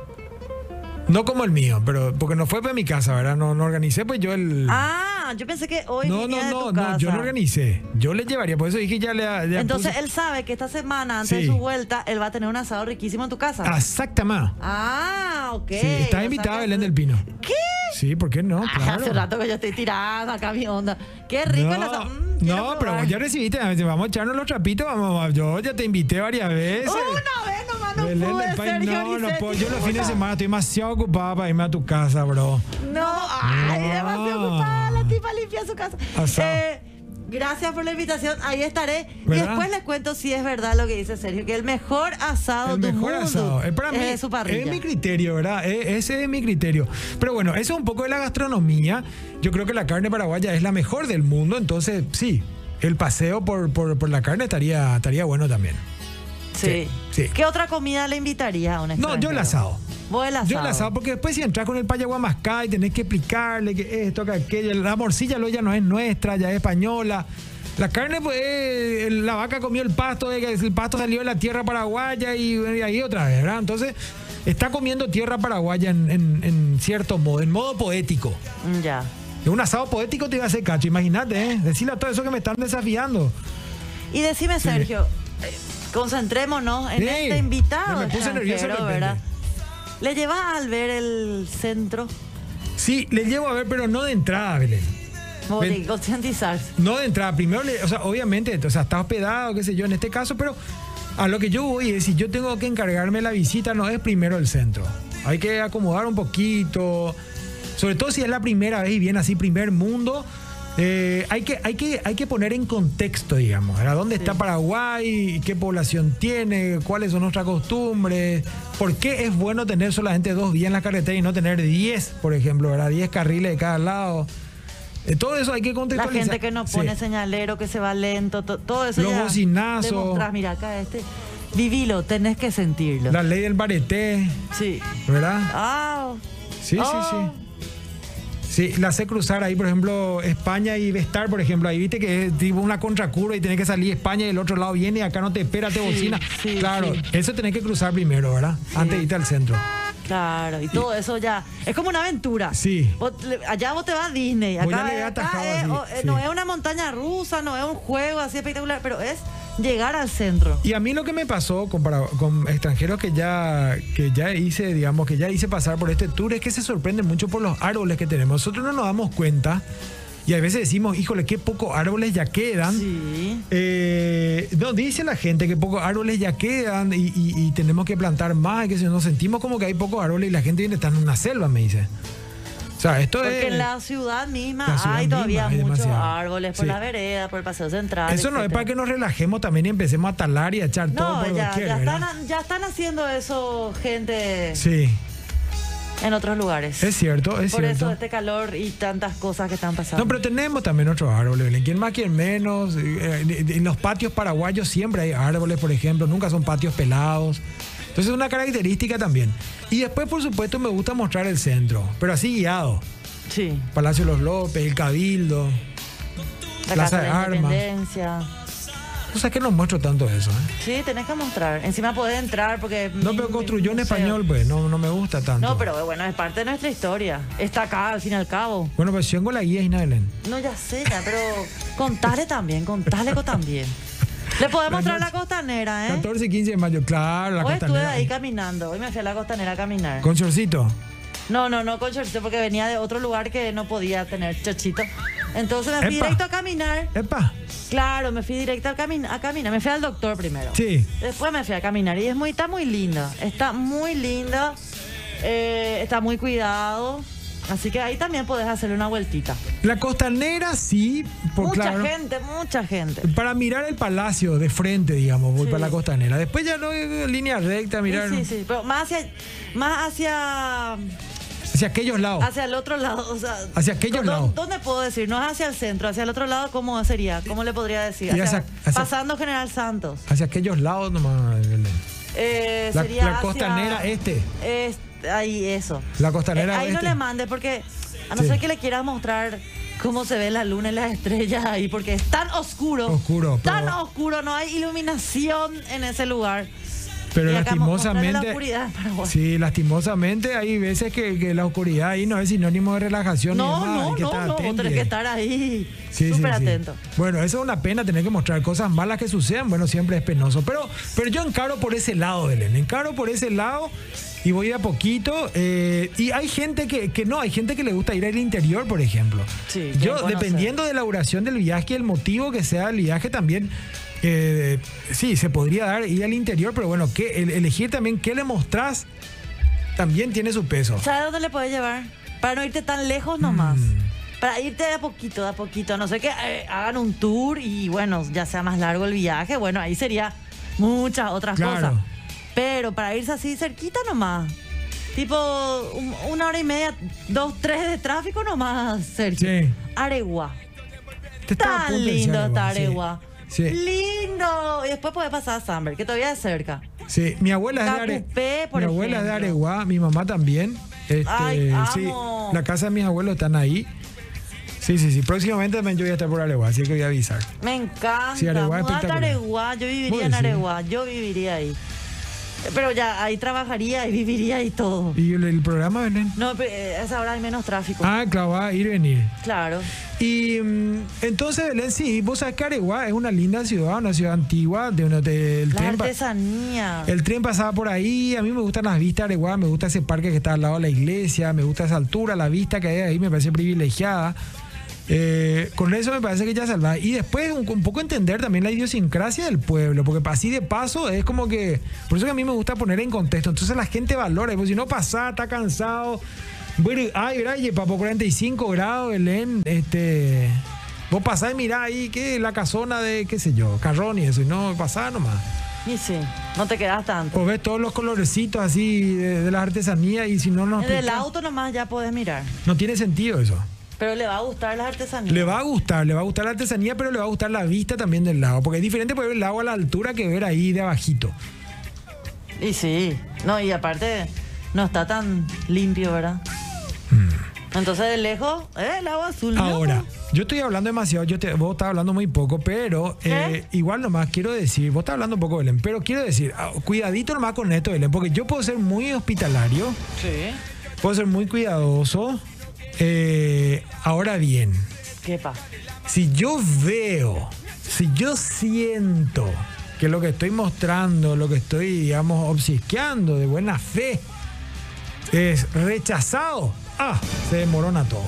Speaker 1: No como el mío, pero porque no fue para mi casa, ¿verdad? No, no organicé, pues yo el.
Speaker 2: Ah, yo pensé que hoy
Speaker 1: no,
Speaker 2: venía
Speaker 1: no,
Speaker 2: de
Speaker 1: no,
Speaker 2: tu
Speaker 1: no, yo
Speaker 2: casa.
Speaker 1: no organicé. Yo le llevaría, por eso dije ya le. le
Speaker 2: Entonces
Speaker 1: puse-
Speaker 2: él sabe que esta semana, antes
Speaker 1: Sí.
Speaker 2: de su vuelta, él va a tener un asado riquísimo en tu casa.
Speaker 1: Exactamente.
Speaker 2: Ah, ok.
Speaker 1: Sí,
Speaker 2: O
Speaker 1: está
Speaker 2: sea
Speaker 1: invitada
Speaker 2: que-
Speaker 1: Belén del Pino.
Speaker 2: ¿Qué?
Speaker 1: Sí, ¿por qué no? Claro.
Speaker 2: Ah, Hace rato que yo estoy tirando acá mi onda. Qué rico el asado. Mm, quiero
Speaker 1: no, pero
Speaker 2: probar.
Speaker 1: vos ya recibiste, vamos a echarnos los trapitos, vamos, yo ya te invité varias veces.
Speaker 2: Una vez nomás Oh, no
Speaker 1: Belén
Speaker 2: pude,
Speaker 1: del Pai,
Speaker 2: Sergio
Speaker 1: no, no
Speaker 2: Grisetti.
Speaker 1: puedo. Yo los fines de semana estoy demasiado ocupada para irme a tu casa, bro.
Speaker 2: No, ay,
Speaker 1: No.
Speaker 2: demasiado ocupada la tipa limpia su casa.
Speaker 1: Asado.
Speaker 2: Eh, gracias por la invitación, ahí estaré.
Speaker 1: ¿Verdad?
Speaker 2: Y después les cuento si es verdad lo que dice Sergio, que el mejor asado
Speaker 1: El
Speaker 2: del
Speaker 1: mejor
Speaker 2: mundo
Speaker 1: asado. Es para mí.
Speaker 2: de su parrilla.
Speaker 1: Es mi criterio, ¿verdad? E- ese es mi criterio. Pero bueno, eso es un poco de la gastronomía. Yo creo que la carne paraguaya es la mejor del mundo. Entonces, sí, el paseo por, por- por la carne estaría, estaría bueno también.
Speaker 2: sí.
Speaker 1: sí, sí.
Speaker 2: ¿Qué otra comida le invitaría a un
Speaker 1: No, yo el
Speaker 2: extranjero?
Speaker 1: asado.
Speaker 2: Vos el asado.
Speaker 1: Yo el asado, porque después si entras con el payagua mascá y tenés que explicarle que esto, que aquello, la morcilla lo ya no es nuestra, ya es española. La carne, pues, eh, la vaca comió el pasto, eh, que el pasto salió de la tierra paraguaya y, eh, y ahí otra vez, ¿verdad? Entonces, está comiendo tierra paraguaya en, en- en cierto modo, en modo poético.
Speaker 2: Mm, Ya.
Speaker 1: De Un asado poético te iba a hacer cacho, imagínate, ¿eh? Decirle a todo eso que me están desafiando.
Speaker 2: Y decime,
Speaker 1: Sí.
Speaker 2: Sergio, eh, concentrémonos en
Speaker 1: Sí,
Speaker 2: este invitado.
Speaker 1: me puse nervioso de
Speaker 2: extranjero,
Speaker 1: repente.
Speaker 2: ¿verdad? ¿Le llevas al ver el centro?
Speaker 1: Sí, le llevo a ver, pero no de entrada, Belén. Ven.
Speaker 2: Body, concientizarse.
Speaker 1: No de entrada, primero, le- o sea, obviamente, o sea, está hospedado, qué sé yo, en este caso, pero a lo que yo voy es si yo tengo que encargarme la visita, no es primero el centro. Hay que acomodar un poquito, sobre todo si es la primera vez y viene así, primer mundo. eh, hay, que, hay, que, hay que poner en contexto, digamos, ¿verdad? ¿Dónde está Paraguay? ¿Qué población tiene? ¿Cuáles son nuestras costumbres? ¿Por qué es bueno tener solamente dos vías en la carretera y no tener 10, por ejemplo, ¿verdad? 10 carriles de cada lado. Eh, todo eso hay que
Speaker 2: La
Speaker 1: contextualizar.
Speaker 2: gente que no
Speaker 1: Sí.
Speaker 2: pone señalero, que se va lento, to- todo eso
Speaker 1: Los
Speaker 2: ya
Speaker 1: bocinazos.
Speaker 2: demostrás, mira acá este. Vivilo, tenés que sentirlo.
Speaker 1: La ley del bareté,
Speaker 2: Sí.
Speaker 1: ¿verdad?
Speaker 2: Ah.
Speaker 1: Sí,
Speaker 2: Ah.
Speaker 1: sí, sí. Sí, la sé cruzar ahí, por ejemplo, España y Vestar, por ejemplo. Ahí viste que es tipo una contracura y tenés que salir España y el otro lado viene y acá no te espera, te bocina.
Speaker 2: sí,
Speaker 1: claro,
Speaker 2: sí.
Speaker 1: eso tenés que cruzar primero, ¿verdad? Antes de irte al centro.
Speaker 2: Claro, y todo eso ya. Es como una aventura.
Speaker 1: Sí.
Speaker 2: Vos le- allá vos te vas a Disney.
Speaker 1: Vos ya
Speaker 2: Acá,
Speaker 1: le ves
Speaker 2: acá
Speaker 1: atajado
Speaker 2: es-
Speaker 1: así,
Speaker 2: o- eh,
Speaker 1: sí.
Speaker 2: no es una montaña rusa, no es un juego así espectacular, pero es llegar al centro.
Speaker 1: Y a mí lo que me pasó con, para- con extranjeros que ya, que ya hice, digamos, que ya hice pasar por este tour, es que se sorprenden mucho por los árboles que tenemos. Nosotros no nos damos cuenta y a veces decimos, híjole, qué pocos árboles ya quedan.
Speaker 2: Sí.
Speaker 1: Eh, no, dice la gente que pocos árboles ya quedan y, y- y tenemos que plantar más, que si nos sentimos como que hay pocos árboles y la gente viene, está en una selva, me dice. O sea, esto es...
Speaker 2: Porque en la ciudad misma
Speaker 1: La ciudad
Speaker 2: hay todavía
Speaker 1: misma hay
Speaker 2: muchos
Speaker 1: demasiado.
Speaker 2: árboles por
Speaker 1: Sí.
Speaker 2: la vereda, por el paseo central.
Speaker 1: Eso no es
Speaker 2: etcétera.
Speaker 1: para que nos relajemos también y empecemos a talar y a echar todo
Speaker 2: No,
Speaker 1: por
Speaker 2: ya,
Speaker 1: doquier,
Speaker 2: ya,
Speaker 1: ¿verdad?
Speaker 2: están, ya están haciendo eso gente
Speaker 1: Sí,
Speaker 2: en otros lugares.
Speaker 1: es cierto, es
Speaker 2: Por
Speaker 1: cierto.
Speaker 2: eso este calor y tantas cosas que están pasando.
Speaker 1: No, pero tenemos también otros árboles, Belén. ¿Quién más, quién menos? Eh, eh, En los patios paraguayos siempre hay árboles, por ejemplo. Nunca son patios pelados. Entonces es una característica también. Y después, por supuesto, me gusta mostrar el centro, pero así guiado.
Speaker 2: Sí.
Speaker 1: Palacio Los López, el Cabildo.
Speaker 2: La
Speaker 1: Plaza
Speaker 2: Casa
Speaker 1: de
Speaker 2: de
Speaker 1: Armas.
Speaker 2: Independencia.
Speaker 1: O sea que no muestro tanto eso, ¿eh?
Speaker 2: Sí, tenés que mostrar. Encima podés entrar porque...
Speaker 1: No, pero construyó en
Speaker 2: museo.
Speaker 1: español, pues, no, no me gusta tanto.
Speaker 2: No, pero bueno, es parte de nuestra historia. Está acá, al fin y al cabo.
Speaker 1: Bueno, pues yo tengo la guía, Gina Belén.
Speaker 2: No, ya sé, ya, pero contale también, contale co- también. Le podés mostrar la costanera, ¿eh?
Speaker 1: 14 y 15 de mayo, claro, la
Speaker 2: Hoy estuve
Speaker 1: costanera.
Speaker 2: ahí caminando, hoy me fui a la costanera a caminar.
Speaker 1: Con chorcito.
Speaker 2: No, no, no con chorchito porque venía de otro lugar que no podía tener chorchito. Entonces me fui
Speaker 1: Epa.
Speaker 2: directo a caminar.
Speaker 1: Epa.
Speaker 2: Claro, me fui directo a, cami- a caminar. Me fui al doctor primero.
Speaker 1: Sí.
Speaker 2: Después me fui a caminar y es muy, está muy lindo. Está muy lindo. eh, está muy cuidado. Así que ahí también podés hacerle una vueltita.
Speaker 1: La costanera sí, por
Speaker 2: mucha
Speaker 1: Pues claro.
Speaker 2: gente, mucha gente.
Speaker 1: Para mirar el palacio de frente, digamos, voy
Speaker 2: Sí.
Speaker 1: para la costanera. Después ya no eh, línea recta, mirar
Speaker 2: Sí, sí, sí, pero más hacia, más hacia,
Speaker 1: hacia aquellos lados.
Speaker 2: hacia el otro lado, o sea,
Speaker 1: Hacia aquellos
Speaker 2: ¿dó-
Speaker 1: lados.
Speaker 2: ¿Dónde puedo decir? No es hacia el centro, hacia el otro lado, ¿cómo sería? ¿Cómo le podría decir?
Speaker 1: Y hacia- hacia-
Speaker 2: Pasando General Santos.
Speaker 1: Hacia aquellos lados nomás. Belén.
Speaker 2: Eh,
Speaker 1: La-
Speaker 2: sería
Speaker 1: la
Speaker 2: hacia-
Speaker 1: costanera este.
Speaker 2: Es- ahí, eso.
Speaker 1: La costanera
Speaker 2: Eh, ahí
Speaker 1: este.
Speaker 2: no le mande, porque a no
Speaker 1: Sí.
Speaker 2: ser que le quieras mostrar cómo se ve la luna y las estrellas ahí, porque es tan oscuro.
Speaker 1: Oscuro, pero-
Speaker 2: Tan oscuro, no hay iluminación en ese lugar.
Speaker 1: Pero
Speaker 2: Y acá mo- mostrarle la
Speaker 1: lastimosamente.
Speaker 2: oscuridad, pero bueno.
Speaker 1: Sí, lastimosamente hay veces que, que la oscuridad ahí no es sinónimo de relajación. ni
Speaker 2: No,
Speaker 1: demás, hay
Speaker 2: no,
Speaker 1: que estar
Speaker 2: no, no, vos
Speaker 1: atenti,
Speaker 2: tenés que
Speaker 1: eh.
Speaker 2: estar ahí
Speaker 1: Sí, sí,
Speaker 2: súper
Speaker 1: sí.
Speaker 2: atento.
Speaker 1: Bueno, eso es una pena tener que mostrar cosas malas que sucedan. Bueno, siempre es penoso. Pero, pero yo encaro por ese lado, Belén. Encaro por ese lado y voy de a poquito. eh, y hay gente que, que no, hay gente que le gusta ir al interior, por ejemplo.
Speaker 2: Sí, quieren
Speaker 1: yo,
Speaker 2: conocer.
Speaker 1: dependiendo de la duración del viaje y el motivo que sea el viaje también. eh, sí, se podría dar ir al interior, pero bueno, que, elegir también qué le mostrás también tiene su peso.
Speaker 2: ¿Sabes dónde le puedes llevar? Para no irte tan lejos nomás.
Speaker 1: Mm.
Speaker 2: Para irte de a poquito, de a poquito. A No sé que eh, hagan un tour y bueno, ya sea más largo el viaje. Bueno, ahí sería muchas otras
Speaker 1: Claro.
Speaker 2: cosas. Pero para irse así cerquita nomás. Tipo un- una hora y media, dos, tres de tráfico nomás, Sergio.
Speaker 1: Sí.
Speaker 2: Aregua.
Speaker 1: Te estaba a punto
Speaker 2: Tan
Speaker 1: de decir
Speaker 2: lindo
Speaker 1: algo,
Speaker 2: está
Speaker 1: sí.
Speaker 2: Aregua.
Speaker 1: Sí,
Speaker 2: Lindo. Y después puedes pasar a Samber, que todavía es cerca.
Speaker 1: Sí, mi abuela es de, Are-
Speaker 2: Tacupé, por
Speaker 1: mi abuela es de
Speaker 2: ejemplo.
Speaker 1: Areguá, mi mamá también. Este,
Speaker 2: Ay,
Speaker 1: sí,
Speaker 2: amo.
Speaker 1: la casa de mis abuelos están ahí. Sí, sí, sí. Próximamente también yo voy a estar por Areguá, así que voy a avisar.
Speaker 2: Me encanta.
Speaker 1: Sí, Areguá es
Speaker 2: Mudate a
Speaker 1: espectacular.
Speaker 2: Areguá, yo
Speaker 1: Vos
Speaker 2: viviría en
Speaker 1: decís.
Speaker 2: Areguá, yo viviría ahí. Eh, Pero ya ahí trabajaría y viviría y todo.
Speaker 1: ¿Y el, el programa, Belén?
Speaker 2: No, pero eh, a esa hora hay menos tráfico.
Speaker 1: Ah, claro, va a ir venir.
Speaker 2: Claro.
Speaker 1: Y mm, entonces, Belén, sí, vos sabés que Areguá es una linda ciudad, una ciudad antigua, de una, de- el
Speaker 2: La
Speaker 1: tren pa-
Speaker 2: artesanía.
Speaker 1: El tren pasaba por ahí, a mí me gustan las vistas de Areguá, me gusta ese parque que está al lado de la iglesia, me gusta esa altura, la vista que hay ahí me parece privilegiada. Eh, con eso me parece que ya salva. Y después un, un poco entender también la idiosincrasia del pueblo, porque así de paso es como que... Por eso que a mí me gusta poner en contexto, entonces la gente valora, porque si no pasa, está cansado. Bueno, Ay, Braille, papo, 45 grados, Belén, este... Vos pasás y mirá ahí, que La casona de, qué sé yo, Carrón y eso, y no, pasá nomás.
Speaker 2: Y sí, no te quedas tanto.
Speaker 1: O ves Pues todos los colorecitos así de, de las artesanías y si no nos
Speaker 2: En el
Speaker 1: explicas,
Speaker 2: auto nomás ya podés mirar.
Speaker 1: no tiene sentido eso.
Speaker 2: Pero le va a gustar las artesanías.
Speaker 1: Le va a gustar, le va a gustar la artesanía, pero le va a gustar la vista también del lago, porque es diferente poder ver el lago a la altura que ver ahí de abajito.
Speaker 2: Y sí. No, y aparte no está tan limpio, ¿verdad? Entonces de lejos, eh, el agua azul. ¿no?
Speaker 1: Mm. Ahora, yo estoy hablando demasiado, yo te, vos estás hablando muy poco, pero eh, igual nomás quiero decir, vos estás hablando poco, Belén, pero quiero decir, ah, cuidadito nomás con esto, Belén, porque yo puedo ser muy hospitalario,
Speaker 2: Sí.
Speaker 1: puedo ser muy cuidadoso. eh, ahora bien,
Speaker 2: ¿Qué pasa?
Speaker 1: si yo veo, si yo siento que lo que estoy mostrando, lo que estoy, digamos, obsequiando de buena fe, es rechazado, ah, se demorona todo.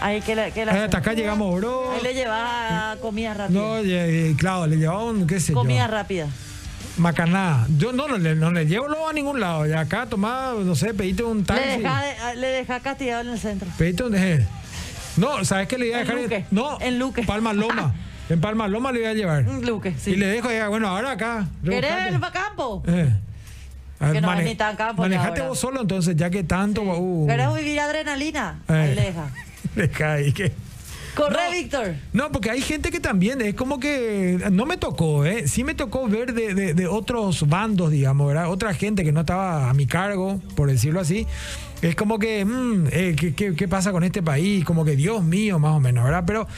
Speaker 2: Ahí que la, que la-
Speaker 1: Ahí Ah, hasta acá llegamos, bro.
Speaker 2: Ahí le llevas comida rápida.
Speaker 1: No, eh, eh, claro, le llevaba un, qué sé
Speaker 2: comida
Speaker 1: yo,
Speaker 2: rápida.
Speaker 1: macaná. Yo no, no, le- no le llevo lo a ningún lado. Y acá tomá, no sé, pediste un
Speaker 2: Le
Speaker 1: taxi.
Speaker 2: deja, de- le deja castigado en el centro.
Speaker 1: Pediste un eh, No, ¿sabes qué le iba a
Speaker 2: En
Speaker 1: dejar?
Speaker 2: Luque,
Speaker 1: No,
Speaker 2: en Luque.
Speaker 1: Palma Loma. en Palma Loma le iba a llevar.
Speaker 2: Un Luque, sí.
Speaker 1: Y le dejo, ya, bueno, ahora acá.
Speaker 2: ¿Querés
Speaker 1: rebuscate.
Speaker 2: el campo?
Speaker 1: Eh. A ver,
Speaker 2: Que no es ni tan campo ya
Speaker 1: manejate
Speaker 2: ahora.
Speaker 1: vos solo entonces, ya que tanto... uh,
Speaker 2: ¿Querés vivir adrenalina?
Speaker 1: Eh.
Speaker 2: Ahí le deja.
Speaker 1: deja ahí que...
Speaker 2: Corre,
Speaker 1: No.
Speaker 2: Víctor.
Speaker 1: No, porque hay gente que también es como que no me tocó, ¿eh? Sí me tocó ver de, de- de otros bandos, digamos, ¿verdad? Otra gente que no estaba a mi cargo, por decirlo así. Es como que, mm, eh, ¿qué, qué, qué pasa con este país? Como que Dios mío, más o menos, ¿verdad? Pero.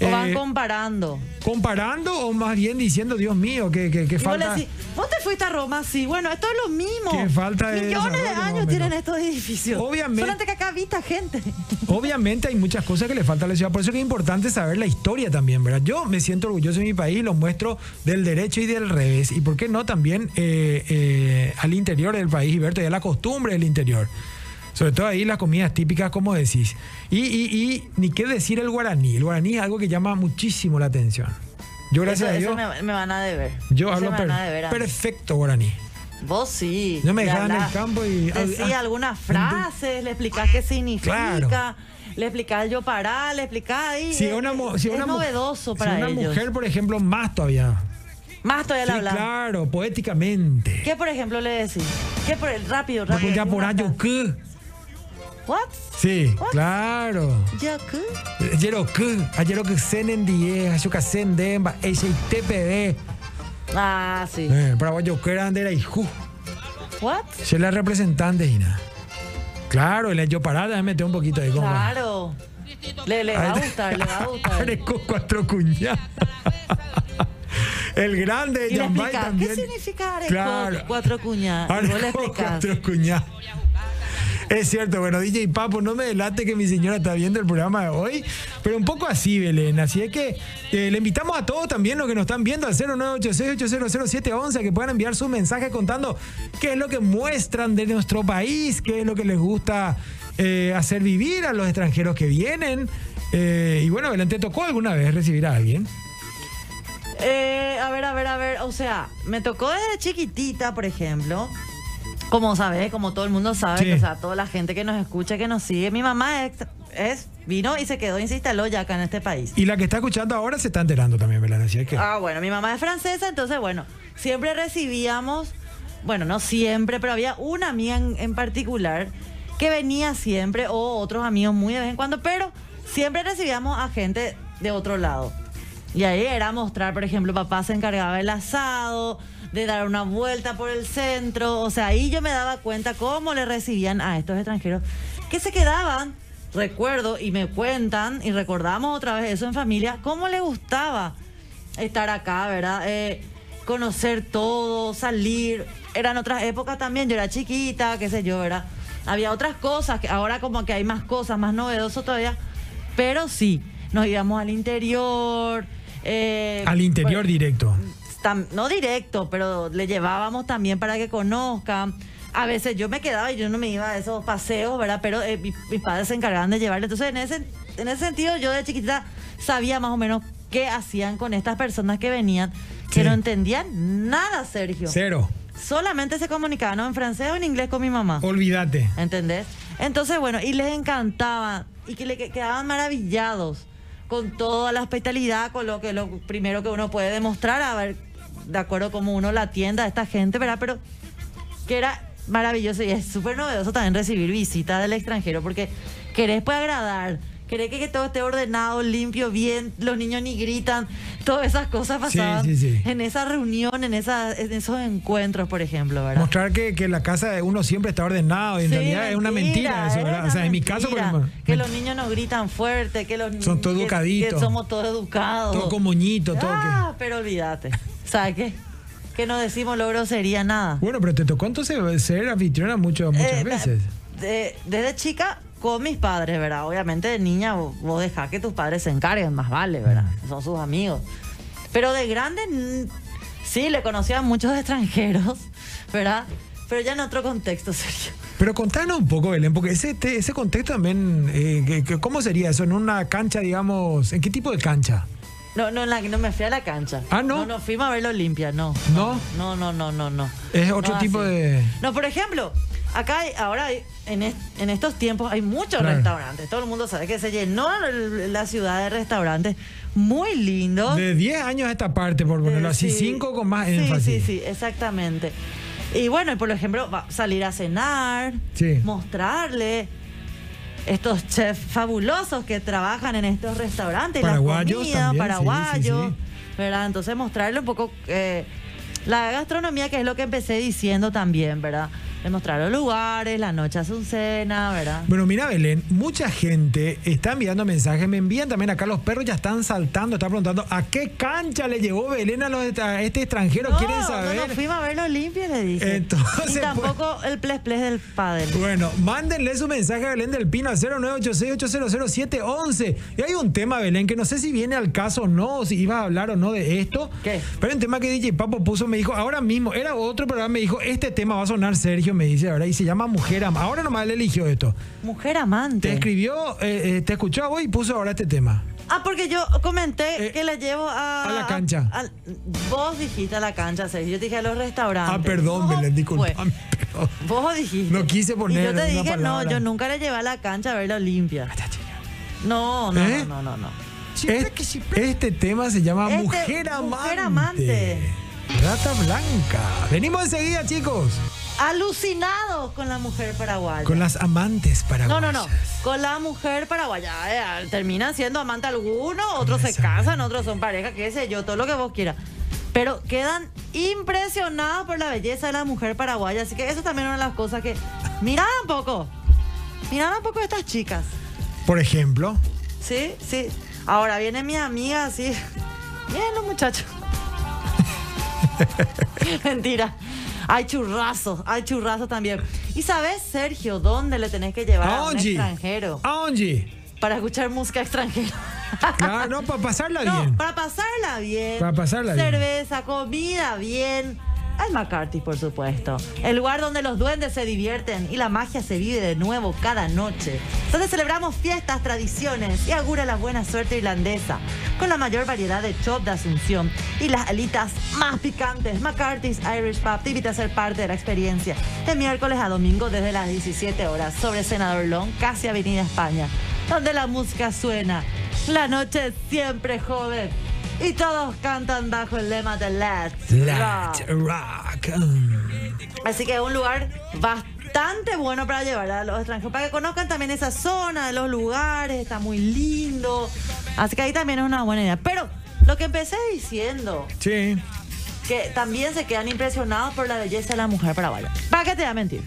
Speaker 2: O van
Speaker 1: eh,
Speaker 2: comparando.
Speaker 1: comparando o más bien diciendo, Dios mío, que, que, que
Speaker 2: Y vos le
Speaker 1: falta.
Speaker 2: decís, vos te fuiste a Roma, sí, bueno, esto es lo mismo.
Speaker 1: Qué falta de
Speaker 2: Millones de
Speaker 1: desarrollo, más o
Speaker 2: años
Speaker 1: menos.
Speaker 2: tienen estos edificios.
Speaker 1: Obviamente.
Speaker 2: Solamente que acá vista gente.
Speaker 1: Obviamente hay muchas cosas que le falta a la ciudad, por eso que es importante saber la historia también, ¿verdad? Yo me siento orgulloso de mi país, lo muestro del derecho y del revés, y por qué no también eh, eh, al interior del país y ver todavía la costumbre del interior. Sobre todo ahí las comidas típicas, como decís. Y, y, y ni qué decir el guaraní. El guaraní es algo que llama muchísimo la atención. Yo, gracias
Speaker 2: eso,
Speaker 1: a Dios,
Speaker 2: Eso me, me van a deber.
Speaker 1: yo
Speaker 2: Eso
Speaker 1: hablo
Speaker 2: me
Speaker 1: per-
Speaker 2: van a deber a mí.
Speaker 1: perfecto guaraní.
Speaker 2: Vos sí.
Speaker 1: No me
Speaker 2: Le
Speaker 1: dejaban en el
Speaker 2: hablás-
Speaker 1: campo y-
Speaker 2: Decía
Speaker 1: ah,
Speaker 2: algunas frases, le explicás qué significa.
Speaker 1: Claro.
Speaker 2: Le explicás el yo pará, le explicás ahí.
Speaker 1: Si
Speaker 2: es,
Speaker 1: una, mo-
Speaker 2: es-
Speaker 1: si una
Speaker 2: es
Speaker 1: mu-
Speaker 2: novedoso
Speaker 1: si
Speaker 2: para
Speaker 1: una
Speaker 2: ellos.
Speaker 1: mujer, por ejemplo, más todavía.
Speaker 2: Más todavía
Speaker 1: Sí,
Speaker 2: le hablas.
Speaker 1: claro, poéticamente.
Speaker 2: ¿Qué, por ejemplo, le decís? ¿Qué por Rápido,
Speaker 1: La
Speaker 2: rápido.
Speaker 1: cuya
Speaker 2: una
Speaker 1: por ayo
Speaker 2: frase.
Speaker 1: que.
Speaker 2: What?
Speaker 1: Sí,
Speaker 2: What?
Speaker 1: claro.
Speaker 2: ¿Ya qué?
Speaker 1: Ayer que, ayer que senen die, ayer que senden, va, ese TPD.
Speaker 2: Ah, sí.
Speaker 1: Eh, para yo que era andera y ju. Eh,
Speaker 2: What?
Speaker 1: Se la representante, Gina. Claro, el yo parada, déjame meter un poquito de goma.
Speaker 2: Claro. Le, le va a gustar, le va a gustar.
Speaker 1: Parezco cuatro cuñadas. El grande
Speaker 2: Y
Speaker 1: de
Speaker 2: le
Speaker 1: Jambay
Speaker 2: explicás,
Speaker 1: también.
Speaker 2: ¿qué significa areco
Speaker 1: Claro.
Speaker 2: cuatro cuñadas? Y vos le
Speaker 1: Areco
Speaker 2: explicás.
Speaker 1: cuatro cuñadas. Es cierto, bueno, DJ Papo, no me delate que mi señora está viendo el programa de hoy, pero un poco así, Belén. Así es que eh, le invitamos a todos también los que nos están viendo al 0986-800711 a que puedan enviar sus mensajes contando qué es lo que muestran de nuestro país, qué es lo que les gusta eh, hacer vivir a los extranjeros que vienen. Eh, y bueno, Belén, ¿te tocó alguna vez recibir a alguien?
Speaker 2: Eh, a ver, a ver, a ver. O sea, me tocó desde chiquitita, por ejemplo. Como sabes, como todo el mundo sabe,
Speaker 1: Sí.
Speaker 2: o sea, toda la gente que nos escucha, que nos sigue. Mi mamá es, es- vino y se quedó y se instaló ya acá en este país.
Speaker 1: Y la que está escuchando ahora se está enterando también, Belén. Así es que...
Speaker 2: Ah, bueno, mi mamá es francesa, entonces, bueno, siempre recibíamos, bueno, no siempre, pero había una amiga en, en particular que venía siempre, o otros amigos muy de vez en cuando, pero siempre recibíamos a gente de otro lado. Y ahí era mostrar, por ejemplo, papá se encargaba del asado, de dar una vuelta por el centro, o sea, ahí yo me daba cuenta cómo le recibían a estos extranjeros que se quedaban recuerdo y me cuentan y recordamos otra vez eso en familia, cómo le gustaba estar acá, ¿verdad? Eh, conocer todo, salir. Eran otras épocas también, yo era chiquita, qué sé yo, ¿verdad? Había otras cosas, que ahora como que hay más cosas, más novedoso todavía, pero sí, nos íbamos al interior. eh,
Speaker 1: al interior
Speaker 2: bueno,
Speaker 1: directo.
Speaker 2: tam- no directo, pero le llevábamos también para que conozcan. A veces yo me quedaba y yo no me iba a esos paseos, ¿verdad? Pero eh, mi- mis padres se encargaban de llevarle. Entonces, en ese, en ese sentido, yo de chiquita sabía más o menos qué hacían con estas personas que venían,
Speaker 1: Sí.
Speaker 2: que no entendían nada, Sergio.
Speaker 1: Cero.
Speaker 2: Solamente se comunicaban ¿no? en francés o en inglés con mi mamá.
Speaker 1: Olvídate.
Speaker 2: ¿Entendés? Entonces, bueno, y les encantaba y que le que- quedaban maravillados con toda la hospitalidad, con lo que lo primero que uno puede demostrar, a ver, de acuerdo como uno la atienda a esta gente, ¿verdad? Pero que era maravilloso y es súper novedoso también recibir visitas del extranjero porque querés pues agradar, querés que, que todo esté ordenado, limpio, bien, los niños ni gritan, todas esas cosas
Speaker 1: Sí,
Speaker 2: pasaban
Speaker 1: sí, sí.
Speaker 2: en esa reunión, en, esa, en esos encuentros, por ejemplo, ¿verdad?
Speaker 1: Mostrar que, que la casa de uno siempre está ordenado y en
Speaker 2: Sí,
Speaker 1: realidad es una mentira eso,
Speaker 2: es
Speaker 1: ¿verdad?
Speaker 2: una
Speaker 1: O sea, en mi caso, por
Speaker 2: mentira.
Speaker 1: ejemplo,
Speaker 2: que los niños no gritan fuerte, que los ni-
Speaker 1: Son todos
Speaker 2: que-
Speaker 1: educaditos.
Speaker 2: que somos todos educados.
Speaker 1: todo con moñito, todo
Speaker 2: Ah, pero olvídate. ¿Sabes qué? Que no decimos lo grosería nada.
Speaker 1: que... Bueno, pero te tocó entonces ser anfitriona mucho, muchas
Speaker 2: Eh,
Speaker 1: veces.
Speaker 2: de- desde chica con mis padres, ¿verdad? Obviamente de niña vo- vos dejás que tus padres se encarguen, más vale, ¿verdad?
Speaker 1: Mm.
Speaker 2: Son sus amigos. Pero de grande mm, sí le conocían muchos extranjeros, ¿verdad? Pero ya en otro contexto, Sergio.
Speaker 1: Pero contanos un poco, Belén, porque ese, te- ese contexto también, eh, que- que- ¿cómo sería eso? ¿En una cancha, digamos? ¿En qué tipo de cancha?
Speaker 2: No, no, en la- no me fui a la cancha.
Speaker 1: Ah, ¿no?
Speaker 2: No, no fuimos a verlo Olimpia, no.
Speaker 1: ¿No?
Speaker 2: No, no, no, no, no.
Speaker 1: Es otro
Speaker 2: No,
Speaker 1: tipo de-
Speaker 2: No, por ejemplo, acá hay- ahora hay- en, est- en estos tiempos hay muchos
Speaker 1: Claro.
Speaker 2: restaurantes. Todo el mundo sabe que se llenó el- la ciudad de restaurantes muy lindos.
Speaker 1: De 10 años a esta parte, por ponerlo
Speaker 2: Eh,
Speaker 1: así,
Speaker 2: sí.
Speaker 1: 5 con más
Speaker 2: Sí,
Speaker 1: énfasis.
Speaker 2: Sí, sí, exactamente. Y bueno, y por ejemplo, va- salir a cenar,
Speaker 1: Sí.
Speaker 2: mostrarle. estos chefs fabulosos que trabajan en estos restaurantes,
Speaker 1: Paraguayos
Speaker 2: la comida,
Speaker 1: también, sí,
Speaker 2: paraguayos,
Speaker 1: sí,
Speaker 2: ¿verdad? Entonces mostrarle un poco eh, la gastronomía, que es lo que empecé diciendo también, ¿verdad? Le mostrar los lugares, la noche hace un cena, ¿verdad?
Speaker 1: Bueno, mira, Belén, mucha gente está enviando mensajes. Me envían también acá los perros, ya están saltando, están preguntando a qué cancha le llevó Belén a, los, a este extranjero. ¿Quieren saber?
Speaker 2: No, nos fuimos a ver los limpios, le dije.
Speaker 1: Entonces, pues,
Speaker 2: y tampoco el ples ples del padre.
Speaker 1: Bueno, mándenle su mensaje a Belén del Pino al 0986-800-711. Y hay un tema, Belén, que no sé si viene al caso o no, o si ibas a hablar o no de esto.
Speaker 2: ¿Qué?
Speaker 1: Pero un tema que DJ Papo puso, me dijo, ahora mismo, era otro programa, me dijo, este tema va a sonar Sergio, me dice ahora, y se llama Mujer Am- Ahora nomás le eligió esto.
Speaker 2: Mujer
Speaker 1: Te
Speaker 2: amante.
Speaker 1: escribió, eh, eh, te escuchó a vos y puso ahora este tema.
Speaker 2: Ah, porque yo comenté
Speaker 1: Eh,
Speaker 2: que la llevo a.
Speaker 1: a la cancha.
Speaker 2: a- vos dijiste a la cancha, Sergio. Yo te dije a los restaurantes.
Speaker 1: Ah, perdón,
Speaker 2: Vos
Speaker 1: Belén,
Speaker 2: fue.
Speaker 1: disculpame. perdón.
Speaker 2: Vos dijiste.
Speaker 1: No quise poner
Speaker 2: Y yo te
Speaker 1: una
Speaker 2: dije,
Speaker 1: palabra.
Speaker 2: no, yo nunca la llevé a la cancha a ver la Olimpia. No, no,
Speaker 1: ¿Eh?
Speaker 2: no, no, no. no.
Speaker 1: Este, este tema se llama
Speaker 2: Este,
Speaker 1: Mujer Amante.
Speaker 2: Mujer Amante.
Speaker 1: Rata Blanca. Venimos enseguida, chicos.
Speaker 2: Alucinados con la mujer paraguaya.
Speaker 1: Con las amantes para
Speaker 2: No, no, no. Con la mujer paraguaya. eh, terminan siendo amante alguno, otros se casan, otros son pareja, qué sé yo, todo lo que vos quieras. Pero quedan impresionados por la belleza de la mujer paraguaya. Así que eso también es una de las cosas que. Mirad un poco. Mirad un poco estas chicas.
Speaker 1: Por ejemplo,
Speaker 2: Sí, sí. Ahora viene mi amiga así. Miren los muchachos. Mentira. Hay churrazos, hay churrazos también. ¿Y sabes, Sergio, dónde le tenés que llevar a
Speaker 1: a
Speaker 2: un
Speaker 1: Onji.
Speaker 2: extranjero?
Speaker 1: A Onji.
Speaker 2: Para escuchar música extranjera.
Speaker 1: Claro, no, para pasarla
Speaker 2: No,
Speaker 1: bien.
Speaker 2: para pasarla bien.
Speaker 1: Para pasarla bien.
Speaker 2: Cerveza, comida bien. Al McCarthy, por supuesto. El lugar donde los duendes se divierten y la magia se vive de nuevo cada noche. Donde celebramos fiestas, tradiciones y augura la buena suerte irlandesa. Con la mayor variedad de chop de Asunción y las alitas más picantes. McCarthy's Irish Pub te invita a ser parte de la experiencia. De miércoles a domingo desde las 17 horas sobre Senador Long, casi Avenida España. Donde la música suena. La noche es siempre joven. Y todos cantan bajo el lema de Let's
Speaker 1: Let
Speaker 2: Rock.
Speaker 1: rock. Mm.
Speaker 2: Así que es un lugar bastante bueno para llevar a los extranjeros. Para que conozcan también esa zona, de los lugares, está muy lindo. Así que ahí también es una buena idea. Pero lo que empecé diciendo,
Speaker 1: Sí.
Speaker 2: que también se quedan impresionados por la belleza de la mujer paraguaya. ¿Para qué te voy a mentir?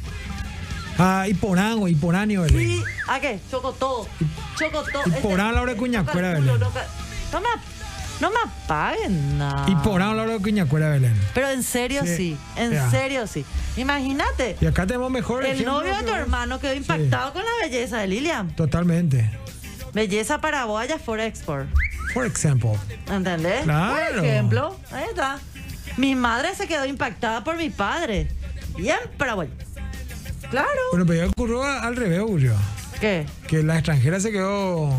Speaker 1: Ah, y Porango, y Ponáneo, Belén.
Speaker 2: Sí, ¿a qué? Choco todo. Choco todo. Este
Speaker 1: Y por ahora la hora de cuñacuera,
Speaker 2: no,
Speaker 1: Belén.
Speaker 2: calculo, no ca- no me, no me apaguen nada.
Speaker 1: Y Porango, la hora de Cuñacuera, Belén.
Speaker 2: Pero en serio
Speaker 1: Sí,
Speaker 2: sí, en
Speaker 1: ya.
Speaker 2: serio sí. Imagínate,
Speaker 1: Y acá tenemos mejor.
Speaker 2: el
Speaker 1: ejemplo
Speaker 2: novio de tu
Speaker 1: que-
Speaker 2: hermano quedó impactado con la belleza de Lilian.
Speaker 1: Totalmente.
Speaker 2: Belleza paraguaya for export.
Speaker 1: Por ejemplo.
Speaker 2: ¿Entendés?
Speaker 1: Claro.
Speaker 2: Por ejemplo, ahí está. Mi madre se quedó impactada por mi padre. Bien paraguayo. Claro.
Speaker 1: Bueno, pero ya ocurrió a- al revés, ocurrió.
Speaker 2: ¿Qué?
Speaker 1: Que la extranjera se quedó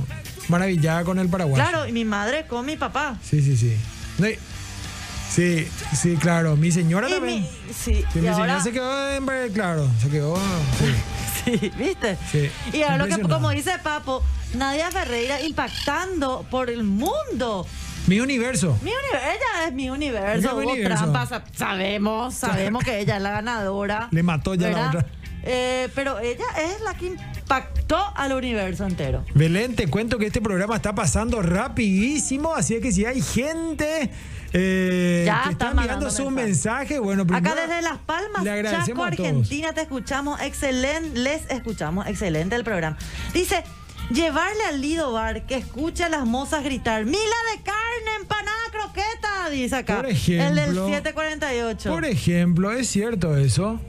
Speaker 1: maravillada con el Paraguay.
Speaker 2: Claro, y mi madre con mi papá.
Speaker 1: Sí, sí, sí. No, y- Sí, sí, claro. Mi señora
Speaker 2: Y
Speaker 1: también.
Speaker 2: mi, sí,
Speaker 1: Sí,
Speaker 2: y
Speaker 1: mi
Speaker 2: ahora,
Speaker 1: señora se quedó en Bar- claro, se quedó. sí.
Speaker 2: sí, ¿viste?
Speaker 1: Sí,
Speaker 2: Y ahora lo que,
Speaker 1: impresionante.
Speaker 2: como dice Papo, Nadia Ferreira impactando por el mundo.
Speaker 1: Mi universo.
Speaker 2: Mi universo, ella es mi
Speaker 1: Ella
Speaker 2: universo.
Speaker 1: es mi
Speaker 2: Hubo
Speaker 1: universo.
Speaker 2: trampa, sa- sabemos, sabemos que ella es la ganadora.
Speaker 1: Le mató ya la otra.
Speaker 2: Eh, pero ella es la que impactó al universo entero.
Speaker 1: Belén, te cuento que este programa está pasando rapidísimo, así es que si hay gente eh,
Speaker 2: Ya
Speaker 1: que está
Speaker 2: están
Speaker 1: mirando
Speaker 2: mandando
Speaker 1: su mensaje,
Speaker 2: mensajes.
Speaker 1: bueno, primero
Speaker 2: Acá desde Las Palmas,
Speaker 1: le agradecemos
Speaker 2: Chaco,
Speaker 1: a todos.
Speaker 2: Argentina, te escuchamos excelente, les escuchamos excelente el programa. Dice, llevarle al Lido Bar que escuche a las mozas gritar, mila de carne, empanada, croqueta, dice acá.
Speaker 1: Por ejemplo.
Speaker 2: el del 748.
Speaker 1: Por ejemplo, es cierto eso.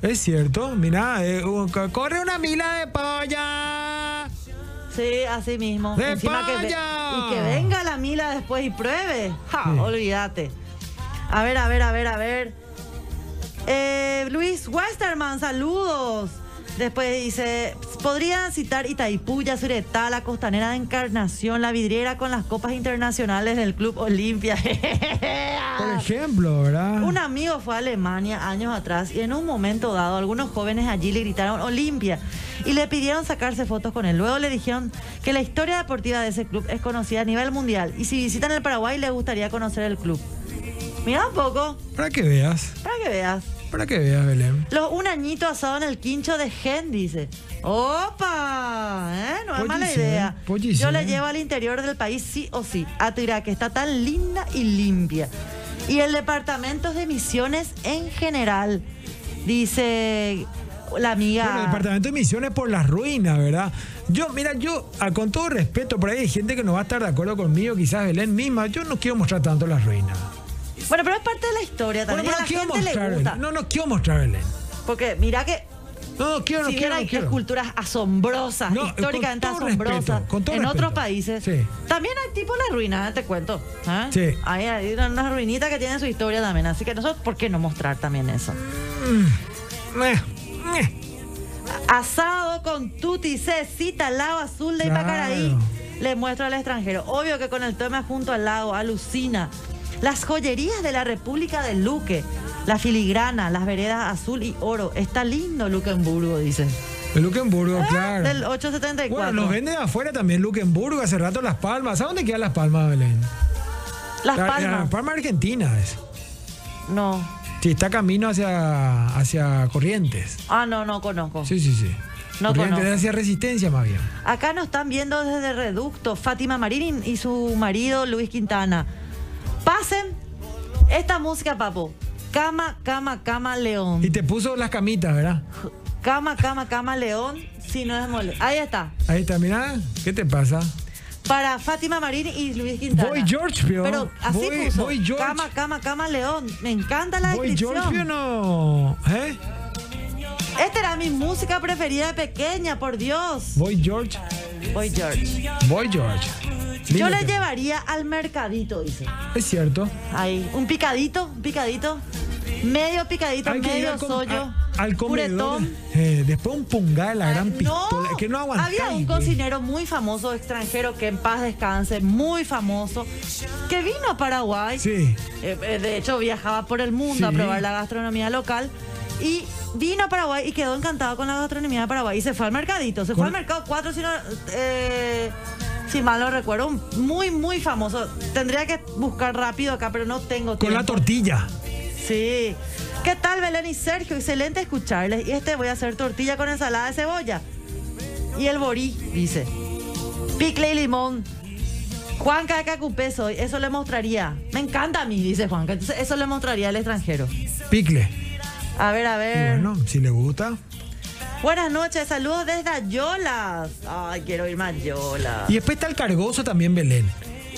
Speaker 1: Es cierto, mirá, eh, un- co- corre una mila de
Speaker 2: Ah.
Speaker 1: polla.
Speaker 2: sí, así mismo.
Speaker 1: ¡De
Speaker 2: que ve-
Speaker 1: paya!
Speaker 2: y que venga la mila después y pruebe. Ja, olvídate. A ver, a ver, a ver, a ver. Eh, Luis Westerman, saludos. Después dice, podrían citar Itaipú, Yasuretá, la costanera de Encarnación, la vidriera con las copas internacionales del Club Olimpia.
Speaker 1: Por ejemplo, ¿verdad?
Speaker 2: Un amigo fue a Alemania años atrás y en un momento dado algunos jóvenes allí le gritaron Olimpia y le pidieron sacarse fotos con él. Luego le dijeron que la historia deportiva de ese club es conocida a nivel mundial y si visitan el Paraguay les gustaría conocer el club. Mira un poco,
Speaker 1: Para que veas.
Speaker 2: para que veas.
Speaker 1: Para que veas, Belén.
Speaker 2: Los un añito asado en el quincho de Gen, dice. ¡Opa! ¿eh? No es
Speaker 1: Oye,
Speaker 2: mala
Speaker 1: sí,
Speaker 2: idea.
Speaker 1: oye,
Speaker 2: Yo
Speaker 1: sí.
Speaker 2: la llevo al interior del país sí o sí. A Tuirá, que está tan linda y limpia. Y el departamento de misiones en general, dice la amiga.
Speaker 1: Bueno, el departamento de misiones por las ruinas, ¿verdad? Yo, mira, yo, a- con todo respeto, por ahí hay gente que no va a estar de acuerdo conmigo, quizás Belén misma. Yo no quiero mostrar tanto las ruinas.
Speaker 2: Bueno, pero es parte de la historia
Speaker 1: Bueno, pero
Speaker 2: también. a
Speaker 1: no
Speaker 2: la
Speaker 1: quiero
Speaker 2: gente
Speaker 1: mostrar
Speaker 2: le gusta.
Speaker 1: Belén. No, no quiero mostrar Belén.
Speaker 2: Porque mira que
Speaker 1: No, no quiero, no
Speaker 2: si bien
Speaker 1: quiero,
Speaker 2: hay
Speaker 1: no quiero.
Speaker 2: esculturas asombrosas,
Speaker 1: No,
Speaker 2: históricamente
Speaker 1: con todo
Speaker 2: asombrosas,
Speaker 1: respeto, con todo
Speaker 2: en
Speaker 1: respeto.
Speaker 2: otros países.
Speaker 1: Sí.
Speaker 2: También hay tipo las ruinas, te cuento. ¿eh?
Speaker 1: Sí.
Speaker 2: Hay, hay unas ruinitas que tienen su historia también, así que nosotros, ¿por qué no mostrar también eso?
Speaker 1: Eh, eh.
Speaker 2: Asado con tutti, cecita, al lago azul de Ipacaraí.
Speaker 1: Claro.
Speaker 2: Le muestro al extranjero. Obvio que con el tema junto al lago, alucina. Las joyerías de la República de Luque, la filigrana, las veredas azul y oro. Está lindo Luquemburgo, dice.
Speaker 1: De Luxemburgo, claro.
Speaker 2: Ah, Del 874.
Speaker 1: Bueno, nos venden afuera también Luxemburgo, hace rato Las Palmas. ¿A dónde quedan Las Palmas, Belén?
Speaker 2: Las
Speaker 1: La-
Speaker 2: Palmas.
Speaker 1: Las Palmas Argentina es.
Speaker 2: No.
Speaker 1: Sí, está camino hacia, hacia Corrientes.
Speaker 2: Ah, no, no conozco.
Speaker 1: Sí, sí, sí.
Speaker 2: No
Speaker 1: Corrientes
Speaker 2: conozco.
Speaker 1: hacia Resistencia más bien.
Speaker 2: Acá nos están viendo desde Reducto Fátima Marín y su marido Luis Quintana. Pasen esta música, papo. Cama, cama, cama, león.
Speaker 1: Y te puso las camitas, ¿verdad?
Speaker 2: Cama, cama, cama, león. Si no es mole. Ahí está.
Speaker 1: Ahí está, mirá, ¿qué te pasa?
Speaker 2: Para Fátima Marín y Luis Quintana.
Speaker 1: Voy George, pero-
Speaker 2: Pero así
Speaker 1: voy-
Speaker 2: puso.
Speaker 1: voy George.
Speaker 2: Cama, cama, cama, león. Me encanta la
Speaker 1: ¿Voy
Speaker 2: descripción.
Speaker 1: George o no? ¿Eh?
Speaker 2: Esta era mi música preferida de pequeña, por Dios.
Speaker 1: Voy George,
Speaker 2: Voy George.
Speaker 1: voy George.
Speaker 2: Yo
Speaker 1: Lindo
Speaker 2: le
Speaker 1: tema.
Speaker 2: llevaría al mercadito, dice.
Speaker 1: Es cierto.
Speaker 2: Ahí, un picadito, un picadito. Medio picadito,
Speaker 1: Hay que ir
Speaker 2: medio
Speaker 1: al, com-
Speaker 2: sollo.
Speaker 1: a- al comedor.
Speaker 2: Puretón.
Speaker 1: Eh, después un pungá de la gran pistola. que no aguantáis,
Speaker 2: Ah, había un
Speaker 1: eh.
Speaker 2: cocinero muy famoso extranjero que en paz descanse, muy famoso, que vino a Paraguay.
Speaker 1: Sí.
Speaker 2: Eh, eh, de hecho, viajaba por el mundo a
Speaker 1: Sí.
Speaker 2: probar la gastronomía local. Y vino a Paraguay y quedó encantado con la gastronomía de Paraguay. Y se fue al mercadito. Se fue
Speaker 1: Con-
Speaker 2: al mercado cuatro, si, no, eh, si mal no recuerdo. un Muy, muy famoso. Tendría que buscar rápido acá, pero no tengo tiempo.
Speaker 1: Con la tortilla.
Speaker 2: Sí. ¿Qué tal, Belén y Sergio? Excelente escucharles. Y este voy a hacer tortilla con ensalada de cebolla. Y el borí, dice. Picle y limón. Juanca de Cacupé soy. Eso le mostraría. Me encanta a mí, dice Juanca. Entonces, eso le mostraría al extranjero.
Speaker 1: Picle.
Speaker 2: A ver, a
Speaker 1: Y
Speaker 2: ver.
Speaker 1: bueno, si le gusta.
Speaker 2: Buenas noches. Saludos desde Ayolas. Ay, quiero ir más Ayolas.
Speaker 1: Y después está el cargoso también, Belén.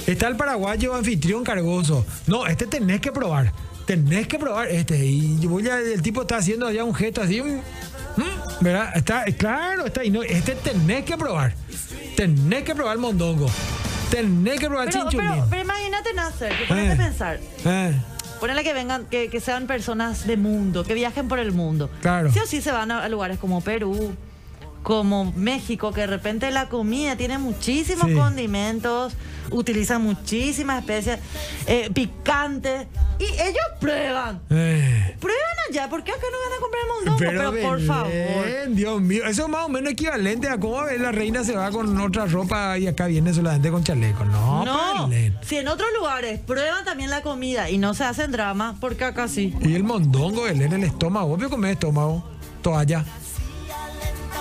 Speaker 1: Está el paraguayo anfitrión cargoso. No, este tenés que probar. Tenés que probar este. Y yo voy a- el tipo está haciendo allá un gesto así. un- ¿Mm? ¿Verdad? Está, claro, está ahí. No, este tenés que probar. Tenés que probar el mondongo. Tenés que probar el
Speaker 2: Pero,
Speaker 1: chinchulín.
Speaker 2: pero, pero imagínate, Nasser, que ponete a
Speaker 1: Eh.
Speaker 2: pensar.
Speaker 1: Eh,
Speaker 2: Ponele que vengan, que, que sean personas de mundo, que viajen por el mundo.
Speaker 1: Claro.
Speaker 2: Sí o sí se van a, a lugares como Perú, como México, que de repente la comida tiene muchísimos
Speaker 1: Sí.
Speaker 2: condimentos, utilizan muchísimas especias, eh, picantes, y ellos prueban.
Speaker 1: eh.
Speaker 2: Prueban allá, porque acá no van a comprar el mondongo, pero, por
Speaker 1: Belén,
Speaker 2: favor.
Speaker 1: Dios mío, eso es más o menos equivalente a cómo la reina se va con otra ropa y acá viene solamente con chaleco. No,
Speaker 2: No,
Speaker 1: Belén.
Speaker 2: si en otros lugares prueban también la comida y no se hacen drama, porque acá sí.
Speaker 1: Y el mondongo, Belén, el estómago. Obvio comer estómago. Toalla.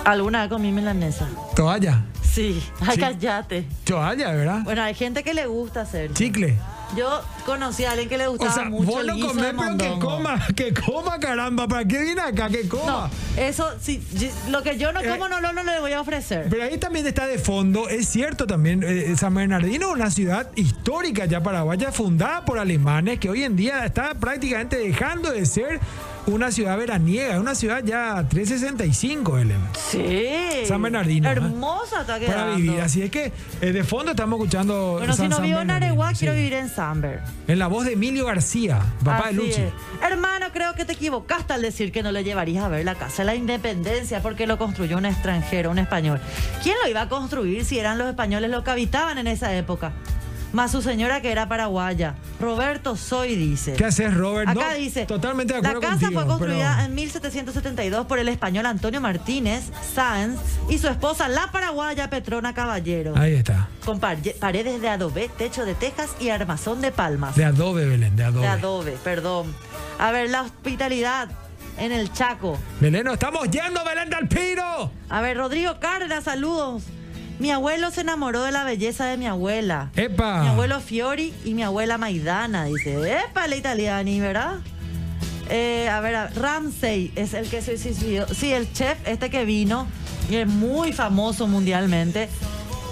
Speaker 2: Alguna vez comí milanesa.
Speaker 1: Toalla.
Speaker 2: Sí, ay,
Speaker 1: Sí.
Speaker 2: cállate.
Speaker 1: Toalla, ¿verdad?
Speaker 2: Bueno, hay gente que le gusta hacer.
Speaker 1: Chicle.
Speaker 2: Yo conocí a alguien que le
Speaker 1: O
Speaker 2: gustaba
Speaker 1: sea,
Speaker 2: mucho
Speaker 1: vos
Speaker 2: el
Speaker 1: lo
Speaker 2: guiso
Speaker 1: comés,
Speaker 2: de
Speaker 1: pero que
Speaker 2: mondongo.
Speaker 1: coma, que coma, caramba. ¿Para qué viene acá? Que coma.
Speaker 2: No, eso sí, yo- lo que yo no
Speaker 1: Eh.
Speaker 2: como no, no, no le voy a ofrecer.
Speaker 1: Pero ahí también está de fondo, es cierto también, eh, San Bernardino es una ciudad histórica ya paraguaya, fundada por alemanes, que hoy en día está prácticamente dejando de ser una ciudad veraniega, es una ciudad ya 365, Belén,
Speaker 2: Sí.
Speaker 1: San Bernardino, ¿eh?
Speaker 2: Hermosa está quedando.
Speaker 1: para vivir. Así es que eh, de fondo estamos escuchando...
Speaker 2: Bueno, si
Speaker 1: San-
Speaker 2: no
Speaker 1: San
Speaker 2: vivo en
Speaker 1: Bernardino,
Speaker 2: Areguá,
Speaker 1: sí.
Speaker 2: quiero vivir en Samber.
Speaker 1: En la voz de Emilio García, papá de
Speaker 2: Así
Speaker 1: Luchi.
Speaker 2: es. Hermano, creo que te equivocaste al decir que no le llevarías a ver la Casa de la Independencia porque lo construyó un extranjero, un español. ¿Quién lo iba a construir si eran los españoles los que habitaban en esa época? Más su señora que era paraguaya. Roberto Soy dice.
Speaker 1: ¿Qué haces, Robert?
Speaker 2: Acá
Speaker 1: No,
Speaker 2: dice,
Speaker 1: Totalmente de acuerdo
Speaker 2: la casa
Speaker 1: contigo,
Speaker 2: fue construida
Speaker 1: pero-
Speaker 2: en 1772 por el español Antonio Martínez Sáenz y su esposa, la paraguaya Petrona Caballero,
Speaker 1: Ahí está,
Speaker 2: con par- paredes de adobe, techo de tejas y armazón de palmas.
Speaker 1: de adobe, Belén, de adobe.
Speaker 2: De adobe, perdón. A ver, la hospitalidad. en el Chaco.
Speaker 1: Belén, nos estamos yendo, Belén del Piro.
Speaker 2: A ver, Rodrigo Cárdenas, saludos. Mi abuelo se enamoró de la belleza de mi abuela.
Speaker 1: Epa.
Speaker 2: Mi abuelo Fiori y mi abuela Maidana, dice. Epa, la italiani, ¿verdad? Eh, a ver, a- Ramsey es el que se suicidó. Sí, el chef este que vino y es muy famoso mundialmente.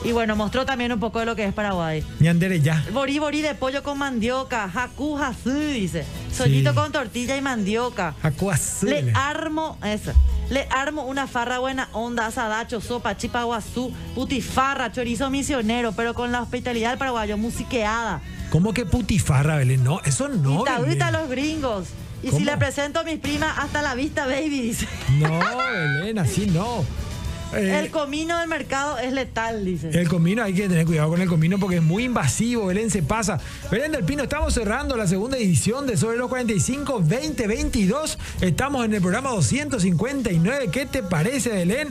Speaker 2: Y bueno, mostró también un poco de lo que es Paraguay.
Speaker 1: Ñandere ya.
Speaker 2: Borí borí de pollo con mandioca, jacu jazú, dice. Sollito con tortilla y mandioca. Le
Speaker 1: Acuazule.
Speaker 2: armo, esa. Le armo una farra buena onda, asadacho, sopa, chipa guazú, putifarra, chorizo misionero, pero con la hospitalidad del paraguayo, musiqueada.
Speaker 1: ¿Cómo que putifarra, Belén? No, eso no.
Speaker 2: Tabuita
Speaker 1: Belén.
Speaker 2: a los gringos. Y
Speaker 1: ¿Cómo?
Speaker 2: si le presento a mis primas, hasta la vista, baby, dice.
Speaker 1: No, Belén, así no. Eh,
Speaker 2: El comino del mercado es letal, dice.
Speaker 1: El comino, hay que tener cuidado con el comino porque es muy invasivo, Belén se pasa. Belén del Pino, estamos cerrando la segunda edición de Sobre los 45 2022. Estamos en el programa 259. ¿Qué te parece, Belén?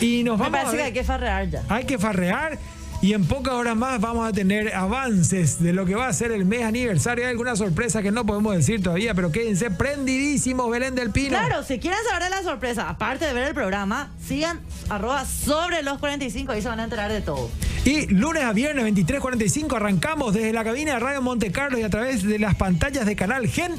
Speaker 1: Y nos
Speaker 2: Me
Speaker 1: vamos a
Speaker 2: parece que
Speaker 1: ver-
Speaker 2: hay que farrear ya.
Speaker 1: hay que farrear. Y en pocas horas más vamos a tener avances de lo que va a ser el mes aniversario. Hay alguna sorpresa que no podemos decir todavía, pero quédense prendidísimos, Belén del Pino.
Speaker 2: Claro, si quieren saber de la sorpresa, aparte de ver el programa, sigan arroba sobre los 45 ahí se van a enterar de todo.
Speaker 1: Y lunes a viernes 23.45 arrancamos desde la cabina de Radio Monte Carlo y a través de las pantallas de Canal Gen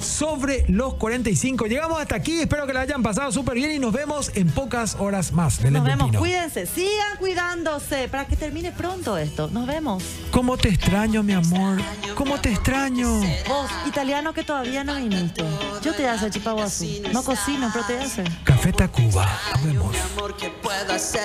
Speaker 1: sobre los 45. Llegamos hasta aquí, espero que la hayan pasado súper bien y nos vemos en pocas horas más. Belén
Speaker 2: Nos
Speaker 1: del
Speaker 2: vemos,
Speaker 1: Pino.
Speaker 2: cuídense, sigan cuidándose para que termine pronto esto. Nos vemos.
Speaker 1: ¿Cómo te extraño, mi amor? ¿Cómo te extraño?
Speaker 2: Vos, italiano que todavía no viniste. Yo te hace chipaguazú. No cocino, pero te hace.
Speaker 1: Café Tacuba, nos vemos.
Speaker 5: amor que pueda ser.